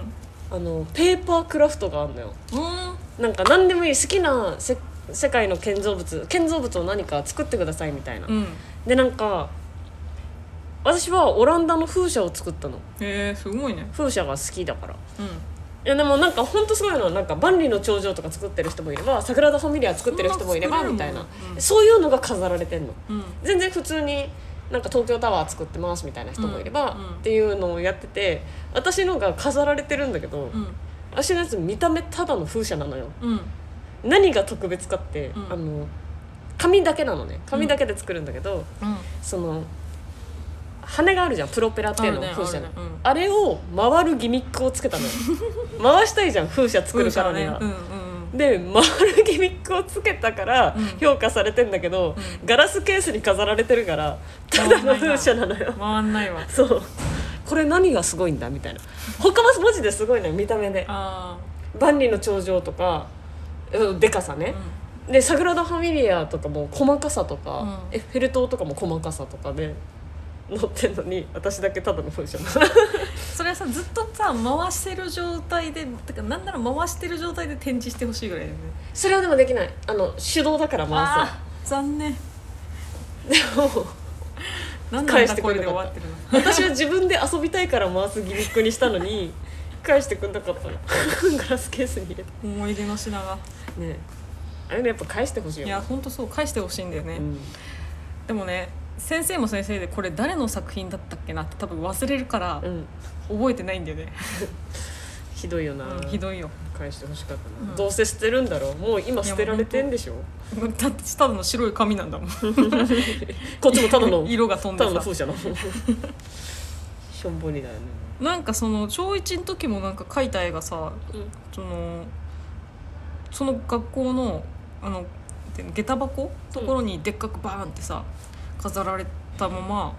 S2: あのペーパークラフトがあるのよ
S1: うん
S2: なんか何でもいい好きなせ世界の建造物建造物を何か作ってくださいみたいな、
S1: うん
S2: でなんか私はオランダの風車を作ったの
S1: へえすごいね
S2: 風車が好きだから
S1: うん
S2: いやでもなんかほんとすごいのはなんか万里の長城とか作ってる人もいればサグラダ・ファミリア作ってる人もいれば
S1: そん
S2: み
S1: な
S2: たい
S1: の
S2: な
S1: 作れるもんうん
S2: そういうのが飾られてんの
S1: うん
S2: 全然普通になんか東京タワー作ってますみたいな人もいれば、
S1: うんうん
S2: っていうのをやってて私のが飾られてるんだけど、
S1: うん
S2: 私のやつ見た目ただの風車なのよ
S1: うん
S2: 何が特別かって、
S1: うん
S2: あの紙だけなのね紙だけで作るんだけど、
S1: うん
S2: その羽があるじゃんプロペラっていうの
S1: あるね
S2: 風車の
S1: あるねうん
S2: あれを回るギミックをつけたの よ回したいじゃん風車作るからには、
S1: うんうん
S2: で回るギミックをつけたから
S1: うん
S2: 評価されてんだけど、
S1: う
S2: ガラスケースに飾られてるからただの風車なのよ
S1: 回んないわ
S2: そうこれ何がすごいんだみたいな他はマジですごいのよ見た目で
S1: あ
S2: 万里の長城とかうんでかさ
S1: ー
S2: ね、でサグラダ・ファミリアとかも細かさとか、
S1: うん
S2: エッフェル塔とかも細かさとかで乗ってんのに私だけただの風車
S1: それはさずっとさ回してる状態でてかなんなら回してる状態で展示してほしいぐらいだよね
S2: それはでもできないあの手動だから回す
S1: あー残念
S2: でも
S1: なんな
S2: 返
S1: ん
S2: し
S1: だ
S2: て
S1: こ
S2: くれ
S1: れ
S2: な
S1: で
S2: か
S1: 終
S2: った
S1: わってるの
S2: 私は自分で遊びたいから回すギミックにしたのに返してくんなかったの ガラスケースに入れた
S1: 思い出の品が
S2: ねえあれねやっぱ返してほしいよ
S1: いやほんとそう返してほしいんだよね、
S2: うん
S1: でもね先生も先生でこれ誰の作品だったっけなって多分忘れるから
S2: うん
S1: 覚えてないんだよね、
S2: ひどいよな、
S1: うんひどいよ
S2: 返してほしかったな、
S1: うん
S2: どうせ捨てるんだろうもう今捨てられてんでしょ
S1: だってただの白い紙なんだもん
S2: こっちもただの
S1: 色が飛ん
S2: ただ
S1: で
S2: の
S1: さ
S2: 風車のしょんぼりだよね、
S1: なんかその小1の時もなんか描いた絵がさそのその学校のあので下駄箱ところにでっかくバーンってさ飾られたまま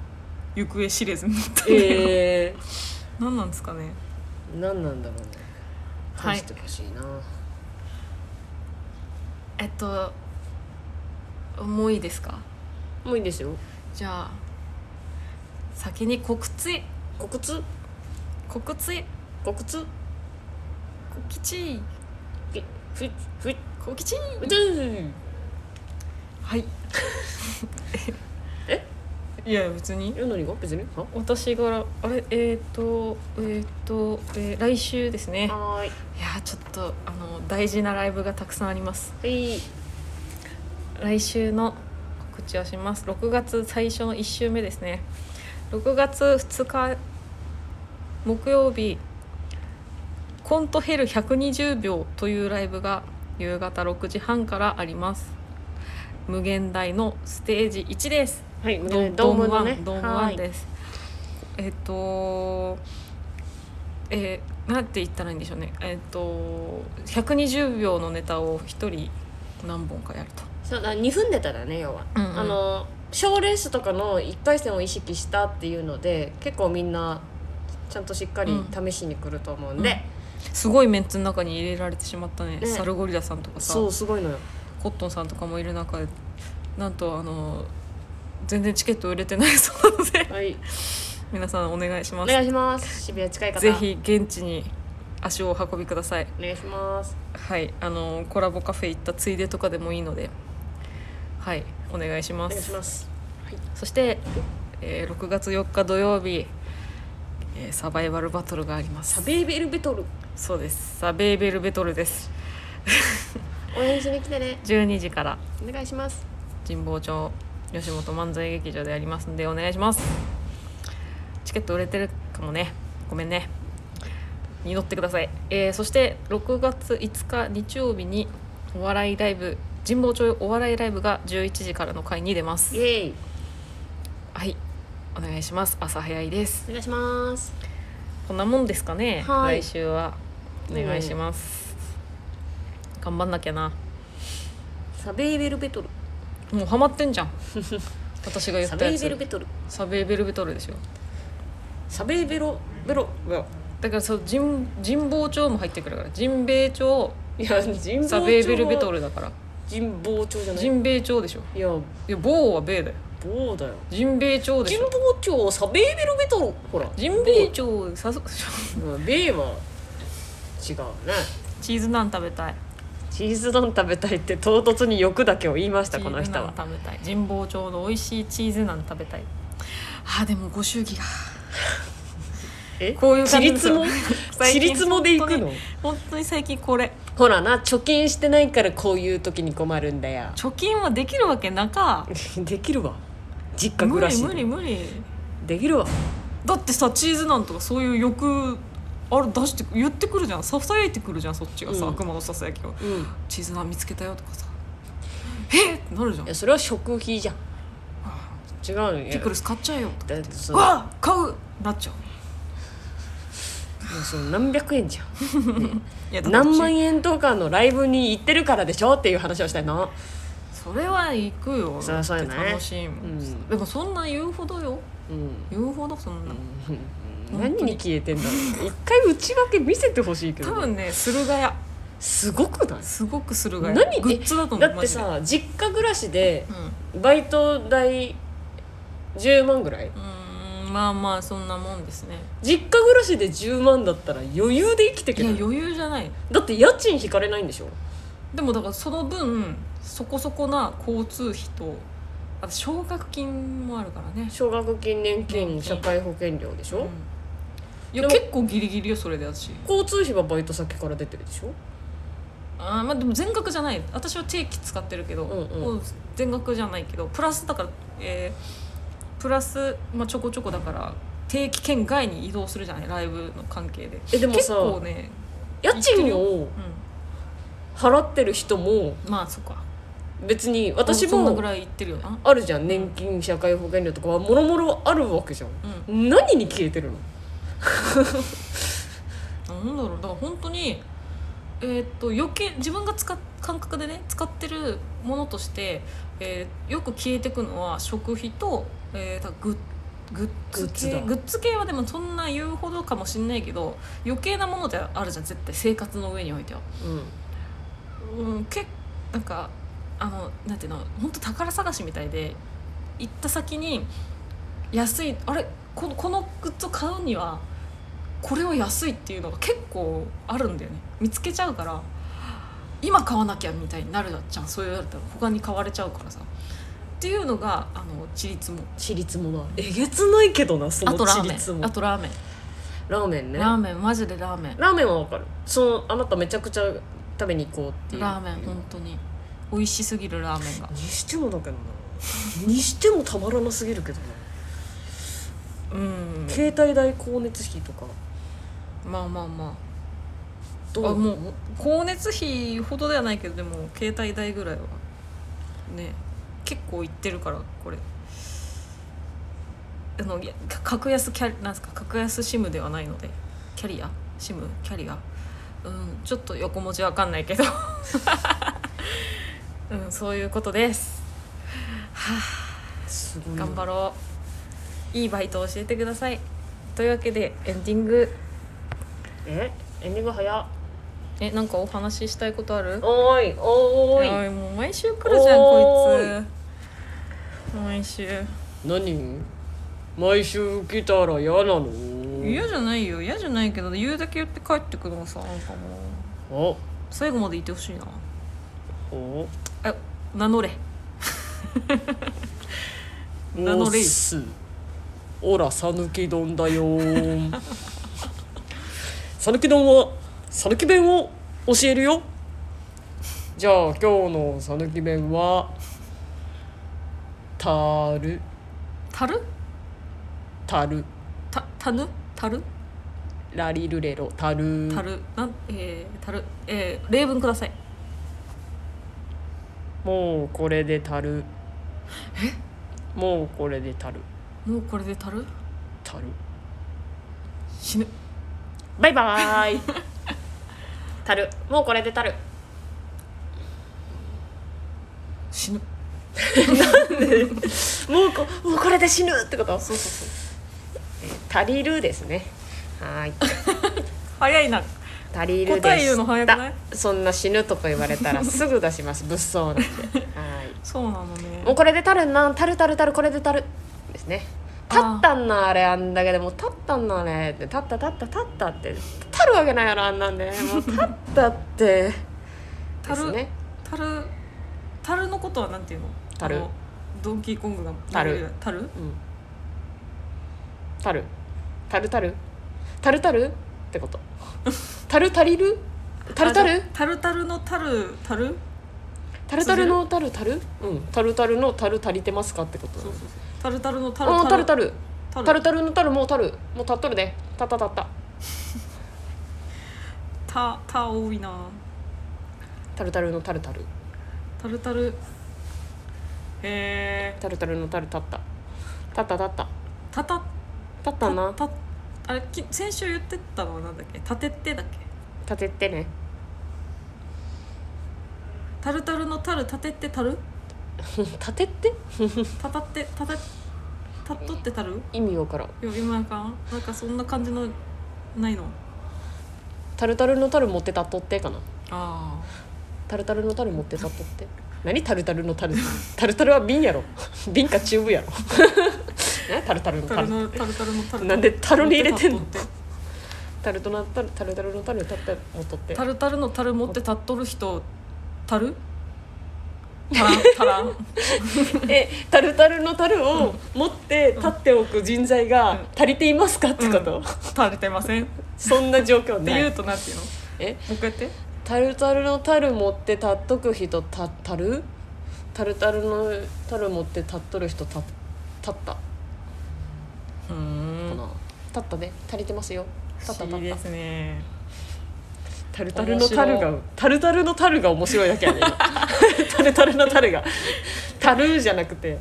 S1: 行方知れずになった んだよ、
S2: え
S1: 何なんですかね
S2: ー、何なんだろうね
S1: はい
S2: 返してほしいな、
S1: えっともういいですか
S2: もういいんですよ
S1: じゃあ先に告知
S2: 告知
S1: 告知
S2: 告知
S1: 告知
S2: きふいふい
S1: 告知
S2: うつー
S1: はい
S2: え
S1: いや別に
S2: え何が別には
S1: 私があれえっ、とえっ、と、えー来週ですねいや
S2: はーい
S1: ーちょっとあの大事なライブがたくさんあります
S2: はい
S1: 来週の告知をします6月最初の1週目ですね6月2日木曜日コントヘル120秒というライブが夕方6時半からあります無限大のステージ1です
S2: はい
S1: ドン
S2: ドーム
S1: ワン、
S2: のね
S1: ドームワンです。えっと、えー、なんて言ったらいいんでしょうね。えっと、120秒のネタを一人何本かやると。
S2: そうだ2分ネタだね要は、
S1: うんうん
S2: あの賞レースとかの1回戦を意識したっていうので結構みんなちゃんとしっかり試しに来ると思うんで、
S1: うんすごいメンツの中に入れられてしまったね。
S2: ね
S1: サルゴリラさんとかさ、
S2: そうすごいのよ
S1: コットンさんとかもいる中で、なんとあの全然チケット売れてないそうなので、
S2: はい
S1: 皆さんお願いし
S2: お
S1: ます。
S2: 願いします渋谷近い方
S1: ぜひ現地に足をお運びください。
S2: お願いします
S1: はい、あのコラボカフェ行ったついでとかでもいいので、はい、お願いし
S2: お
S1: ま
S2: 願い
S1: す。
S2: します
S1: そして、えー6月4日土曜日、えーサバイバルバトルがありま
S2: サ
S1: す。
S2: ベイベルベトル
S1: そうです。サベイベルベトルです。
S2: 応援しに来てね
S1: 12時から
S2: お願いします
S1: 神保町吉本漫才劇場でありますんでお願いします。チケット売れてるかもね。ごめんね。に乗ってください。えーそして6月5日日曜日にお笑いライブ神保町お笑いライブが11時からの回に出ます
S2: イ。エーイ
S1: はい、お願いします。朝早いです。
S2: お願いします
S1: こんなもんですかね。
S2: はい
S1: 来週はお願いします。頑張んなきゃな。
S2: サベイベルベトル
S1: もうハマってんじゃん。 私が言っ
S2: サ
S1: た
S2: ベ
S1: や
S2: イベル
S1: つ。
S2: ベトル
S1: サベイベルベトルでしょ。
S2: サベイベロベロベロ
S1: だからそう人人望町も入ってくるから、人米町、
S2: いや人望町
S1: サベイベルベトルだから、
S2: 人望町じゃない
S1: 人米町でしょ。
S2: いや
S1: いや、棒は米だよ。
S2: 棒だよ
S1: 人米町で
S2: 神
S1: しょ。
S2: 保町サベイベルベトルほら
S1: 人米町さそ
S2: うん米は違うね
S1: チーズナン食べたい。
S2: チーズナン食べたいって唐突に欲だけを言いましたこの人は
S1: チーズナン食べたい神保町の美味しいチーズナン食べたいあーでもご祝儀が
S2: え
S1: こういう感じですよ
S2: ちり
S1: 最
S2: ち
S1: 近
S2: りつもで行くの
S1: 本当に最近これ
S2: ほらな貯金してないからこういう時に困るんだよ
S1: 貯金はできるわけなか
S2: できるわ実家暮
S1: 無
S2: らし
S1: 理
S2: で
S1: 無理無理
S2: できるわ
S1: だってさチーズナンとかそういう欲あれ出して言ってくるじゃんささやいてくるじゃんそっちがさ、
S2: うん
S1: 悪魔のささやきを
S2: うんい
S1: チーズナン見つけたよとかさえっってなるじゃん
S2: やそれは食費じゃん違うのよ
S1: ピクルス買っちゃえよとか
S2: だってそう
S1: わっ買うなっちゃう
S2: もうその何百円じゃん
S1: いやだから
S2: 何万円とかのライブに行ってるからでしょっていう話をしたいの
S1: それは行くよ
S2: そりゃそうやね
S1: だって楽しいもん、
S2: うん
S1: でもそんな言うほどよ
S2: うん
S1: 言うほどそんな、
S2: うん
S1: 本当に
S2: 何に消えてんだろう一回内訳見せてほしいけ
S1: 多
S2: ど
S1: 分ね駿河屋
S2: すごくない
S1: すごく駿河屋
S2: 何
S1: グッズだと思う
S2: だって
S1: マ
S2: さ実家暮らしで
S1: ジで
S2: バイト代10万ぐらい
S1: うんうーんまあまあそんなもんですね
S2: 実家暮らしで10万だったら余裕で生きて
S1: い
S2: け
S1: や
S2: る
S1: 余裕じゃない
S2: だって家賃引かれないんでしょ
S1: でもだからその分そこそこな交通費とあと奨学金もあるからね
S2: 奨学金年金
S1: 年金
S2: 社会保険料でしょ、
S1: うんいや
S2: でも
S1: 結構ギリギリよそれで私
S2: 交通費はバイト先から出てるでしょ
S1: あーまあでも全額じゃない私は定期使ってるけど、
S2: うんうん
S1: もう全額じゃないけどプラスだから、えープラス、まあ、ちょこちょこだから定期圏外に移動するじゃないライブの関係で
S2: えでも
S1: 結
S2: さ
S1: 構ね、
S2: 家賃を
S1: う
S2: 払ってる人も
S1: ん、まあそっか
S2: 別に私
S1: そんなぐ
S2: も
S1: らい行ってるよな、
S2: あるじゃん年金社会保険料とかはもろもろあるわけじゃん
S1: うん、
S2: 何に消えてるの
S1: なんだろうだから本当にえーっと余計自分が使っ感覚でね使ってるものとして、えーよく消えてくのは食費と、えーだからグッグッズ系
S2: グッズだ
S1: グッズ系はでもそんな言うほどかもしんないけど余計なものであるじゃん絶対生活の上においては。うん、けなんかあのなんていうの本当宝探しみたいで行った先に安いあれこのこのグッズを買うにはこれは安いっていうのが結構あるんだよね見つけちゃうから今買わなきゃみたいになるじゃんそういうやったら他に買われちゃうからさっていうのがあのちりつも
S2: 私立もなえげつないけどなそ
S1: あ
S2: の
S1: とラ
S2: 私
S1: ーメ
S2: 立
S1: ン
S2: も
S1: あとラーメン、
S2: ラーメンね
S1: ラーメンマジでラーメン
S2: ラーメンはわかるそのあなためちゃくちゃ食べに行こうっていう
S1: ラーメン本当に美味しすぎるラーメンが
S2: にしてもだけどなにしてもたまらなすぎるけどな
S1: うん
S2: 携帯代光熱費とか
S1: まあまあま
S2: どうな
S1: あ
S2: の
S1: もう光熱費ほどではないけどでも携帯代ぐらいはね結構いってるからこれあのいやか格安キャリなんですか格安シムではないのでキャリアシムキャリアうんちょっと横文字わかんないけど うんそういうことです
S2: すごいな
S1: 頑張ろういいバイト教えてくださいというわけでエンディング
S2: えエンディング早っ
S1: えなんかお話ししたいことある
S2: おーいお
S1: お
S2: ーい
S1: いもう毎週来るじゃんこ
S2: お
S1: い
S2: ー
S1: つ毎週
S2: 何毎週来たら嫌なの
S1: 嫌じゃないよ嫌じゃないけど言うだけ言って帰ってくるのさなんかもう
S2: お
S1: 最後までいてほしいな
S2: お
S1: え名乗れ名乗れい
S2: おっすオラさぬき丼だよ ーさぬき丼はさぬき弁を教えるよじゃあ今日のさぬき弁はたる
S1: たる
S2: たる
S1: たたぬたる
S2: ラリルレロたる
S1: たるなんえー、たるえー、例文ください
S2: もうこれでたるもうこれでたる
S1: もうこれでたる
S2: たる
S1: 死ぬ
S2: バイバ ーイたるもうこれでたる
S1: 死ぬ
S2: もうこもうこれで死ぬってこと
S1: そうそうそう
S2: 足りるですねは ーい
S1: 早いな
S2: 足りるでした
S1: 答え言うの早くない
S2: そんな死ぬとか言われたらすぐ出 します物騒なんではー
S1: そうなの
S2: いもう
S1: ね
S2: これで足るな足る足る足るこれで足るですね
S1: あ
S2: 立
S1: ー
S2: ったんなあれあんだけでもう立ったんなあれって立った立った立ったって足るわけないやろあんなんでもう立ったって
S1: た
S2: で
S1: る
S2: すね
S1: タルタルのことはなんていうの
S2: タル
S1: あのドンキーコングが
S2: タル
S1: タル
S2: うん足る足る足る足る足るってこと足る足りる足る足る
S1: あタルタルのタルタル
S2: タルタルのタルタルうんタルタルのタル足りてますかってこと
S1: そうそうそうタルタルのタル
S2: あタルタル
S1: タル
S2: タルタルのタルもうタルもうたっとるねたったたった
S1: タタ多いな
S2: タルタルのタルタル
S1: タルタルへえ
S2: タルタルのタルたったたったたった
S1: タタ
S2: たった
S1: タ
S2: な
S1: タあれき先週言ってたのはなんだっけタテってだっけ
S2: 立てってね
S1: タルタルのタルタテってタル
S2: 立てって
S1: タタってタタタッとってタル
S2: 意味わからん
S1: よ今なんかなんかそんな感じのないの
S2: タルタルのタル持ってたっとってかな
S1: あ
S2: タルタルのタル持ってたっとって何タルタルのタルタルタルは瓶やろ瓶かチューブやろ何タルタルの
S1: あ
S2: タ
S1: タル
S2: ル
S1: のタルタルのタル
S2: なんで樽に入れてんの
S1: 持ってたっとって
S2: タルタルのタルタルタルのタルたった持っとって
S1: タルタルのタル持って立っとる人タルタランタラン
S2: えタルタルの樽を持って立っておく人材
S1: うん
S2: が足りていますかってこと、
S1: 垂れてませんっ
S2: そんな状況
S1: て
S2: な
S1: 言う
S2: い
S1: となんていうのも
S2: え
S1: う一回やって
S2: タルタルの樽持って立っとく人たたるタルタルの樽持って立っとる人た立ったか
S1: うー
S2: な、
S1: ん
S2: 立ったね足りてますよ立った
S1: 不思議
S2: 立っ
S1: ですね
S2: たタルタルの樽がタルタルの樽が面白いだけやね タルタルの樽がタルじゃなくて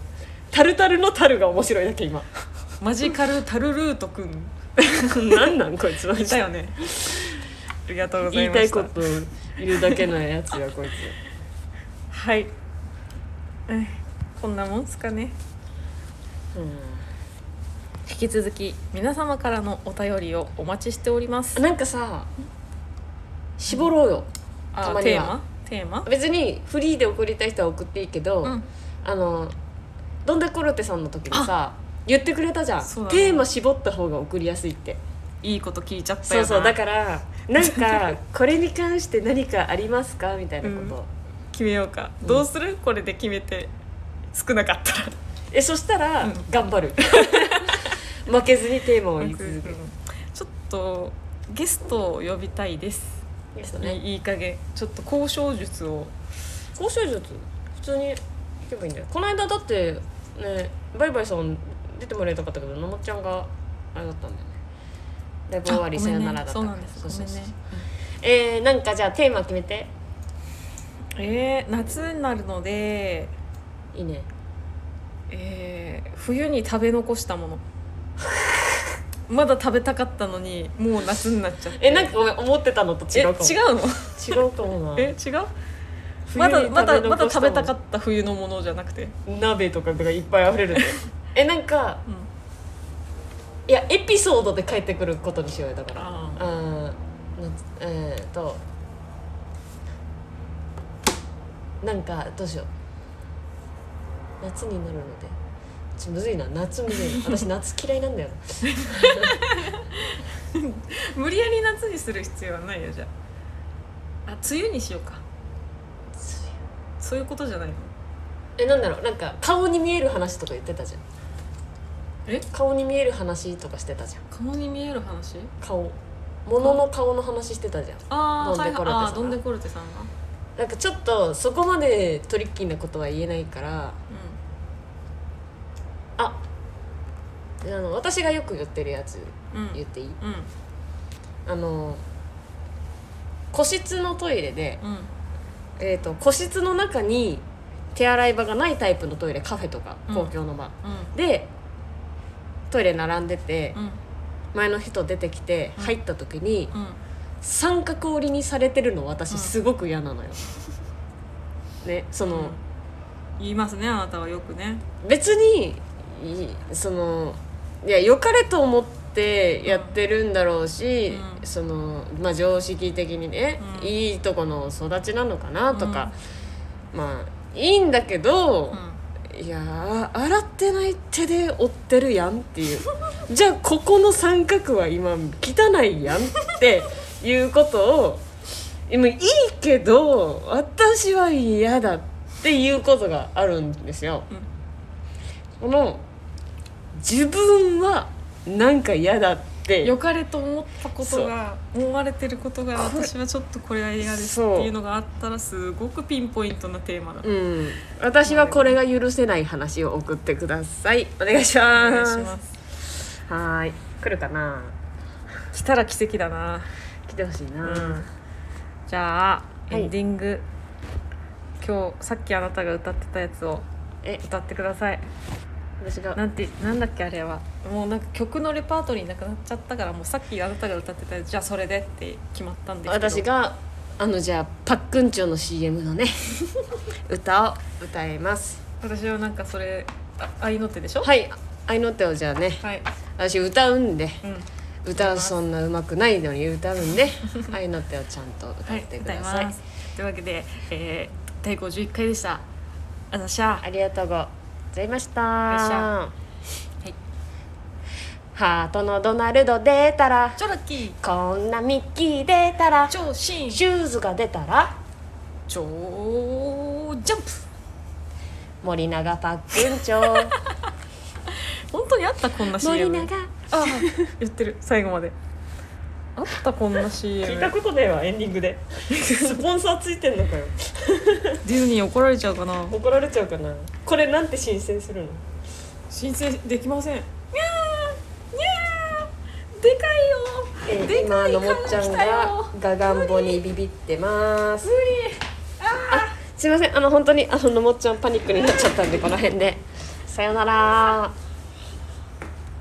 S2: タルタルの樽が面白いだけ今
S1: マジカルタルルートくん
S2: なんなんこいつマジ
S1: い
S2: で
S1: たよねありがとうござ
S2: 言
S1: い
S2: い
S1: ま
S2: たい
S1: した
S2: こと言うだけのやつやこいつ
S1: はいえこんなもんすかね引き続き皆様からのお便りをお待ちしております
S2: なんかさ絞ろうよ
S1: あ
S2: たまに
S1: テー
S2: は
S1: マテーマ
S2: 別にフリーで送りたい人は送っていいけど、
S1: うん
S2: あのどんでコロテさんの時もさ言ってくれたじゃん、
S1: そうだね
S2: テーマ絞った方が送りやすいって
S1: いいこと聞いちゃった
S2: そ
S1: よ
S2: う
S1: な
S2: そうだからなんか これに関して何かありますかみたいなこと、
S1: うん決めようか、
S2: うん
S1: どうするこれで決めて少なかったら
S2: えそしたら、
S1: うん
S2: 頑 張る負けずにテーマを言い続ける
S1: ちょっとゲストを呼びたいです
S2: ゲスト
S1: いいいい加減ちょっと交渉術を
S2: 交渉術普通に行けばいいんだよこの間だってねバイバイさん出てもらえたかったけどのもっちゃんがあれだったんだよねライブ終わり
S1: あ
S2: さ
S1: ごめ
S2: よ
S1: んね
S2: ならだった
S1: そ
S2: か
S1: う
S2: ら
S1: なんです
S2: そうそうそ
S1: ご
S2: う
S1: めんね
S2: えー、なんかじゃあテーマ決めて
S1: えー、夏になるので、
S2: いいね
S1: えー、冬に食べ残したも のまだ食べたかったのにもう夏になっちゃって
S2: えなんかごめん思ってたのと
S1: え違
S2: 違
S1: う
S2: うかも
S1: の
S2: 違うかもな
S1: え違うまだまだまだ食べたか
S2: っ
S1: った冬のものじゃなくて、
S2: た鍋とかがいっぱい溢れる ねえなんか
S1: うん、
S2: いやエピソードで帰ってくることにしようよだから
S1: あ
S2: うんなえー、っとなんかどうしよう夏になるのでちょむずいな夏むずい な私夏嫌いなんだよな
S1: 無理やり夏にする必要はないよじゃああ梅雨にしようかそういうことじゃないの
S2: えなんだろうなんか顔に見える話とか言ってたじゃん
S1: え
S2: 顔に見える話とかしてたじゃん
S1: 顔に見える話
S2: 顔物の顔の話してたじゃん
S1: あー
S2: ドン
S1: はい
S2: デ
S1: は
S2: コ
S1: い
S2: ルテさん
S1: あードンデコルテさんが、
S2: なんかちょっとそこまでトリッキーなことは言えないからああの私がよく言ってるやつ
S1: うんうん
S2: 言っていい、
S1: うん
S2: あの個室のトイレで、
S1: うん
S2: えー、と個室の中に手洗い場がないタイプのトイレカフェとか
S1: うん
S2: 公共の場、
S1: うん
S2: でトイレ並んでて、
S1: うん
S2: 前の人出てきて
S1: うん
S2: 入った時に、
S1: うん
S2: 三角折りにされてるの
S1: うん
S2: 私すごく嫌な のよ。ねその、
S1: うん言いますねあなたはよくね
S2: 別にいそのいや良かれと思ってやってるんだろうし、
S1: うん
S2: そのまあ常識的にね、
S1: うん
S2: いいとこの育ちなのかなとか、まあいいんだけど、いやー洗ってない手で折ってるやんっていうじゃあここの三角は今汚いやんっていうことを今いいけど私は嫌だっていうことがあるんですよ。この自分はなんか嫌だっ
S1: うん
S2: て
S1: 良かれと思ったことが思われてることが私はちょっとこれは嫌ですっ
S2: そう
S1: ていうのがあったらすごくピンポイントなテーマだ
S2: うん、私はこれが許せない話を送ってくださいお願いし
S1: お
S2: ま
S1: 願い
S2: す
S1: します
S2: はーい来るかな
S1: 来たら奇跡だな
S2: 来てほしいな、
S1: うんじゃあ
S2: はい
S1: エンディング、今日さっきあなたが歌ってたやつを
S2: え
S1: 歌ってください
S2: 私が
S1: なんてなんだっけあれはもうなんか曲のレパートリーなくなっちゃったからもうさっきあなたが歌ってたやつじゃあそれでって決まったんですけど
S2: 私があのじゃあパックンチョの CM のね 歌を歌います
S1: 私はなんかそれあ合いの手でしょ
S2: はい愛の手をじゃあね
S1: はい、
S2: 私歌うんで
S1: うん、
S2: 歌うそんな上手くないのに歌うん で愛の手をちゃんと歌ってくださ、
S1: はいい、歌いますというわけで、えー、第51回でしたあざっしゃ
S2: ありがとうございました。
S1: っしゃい
S2: ハートのドナルド出たら、
S1: チョロキー
S2: こんなミッキー出たら、
S1: 超シン
S2: シューズが出たら、
S1: 超ジャンプ
S2: 森永パックンチョ。
S1: 本当にあったこんな CM
S2: 森永。
S1: あ言ってる最後まであったこんな CM デ
S2: ことねえわ、エンディングで。スポンサーついてんのかよ。
S1: ィズニー怒られちゃうかな
S2: 怒られちゃうかな。これなんて申請するの
S1: 申請できませんにゃーにゃーでかいよ
S2: え
S1: で
S2: ー、
S1: か
S2: 今
S1: い
S2: のもっちゃん
S1: 缶来た
S2: が
S1: よ
S2: ガガンボにビビってますあすいませんあの本当にあののもっちゃんパニックになっちゃったんでこの辺でさよなら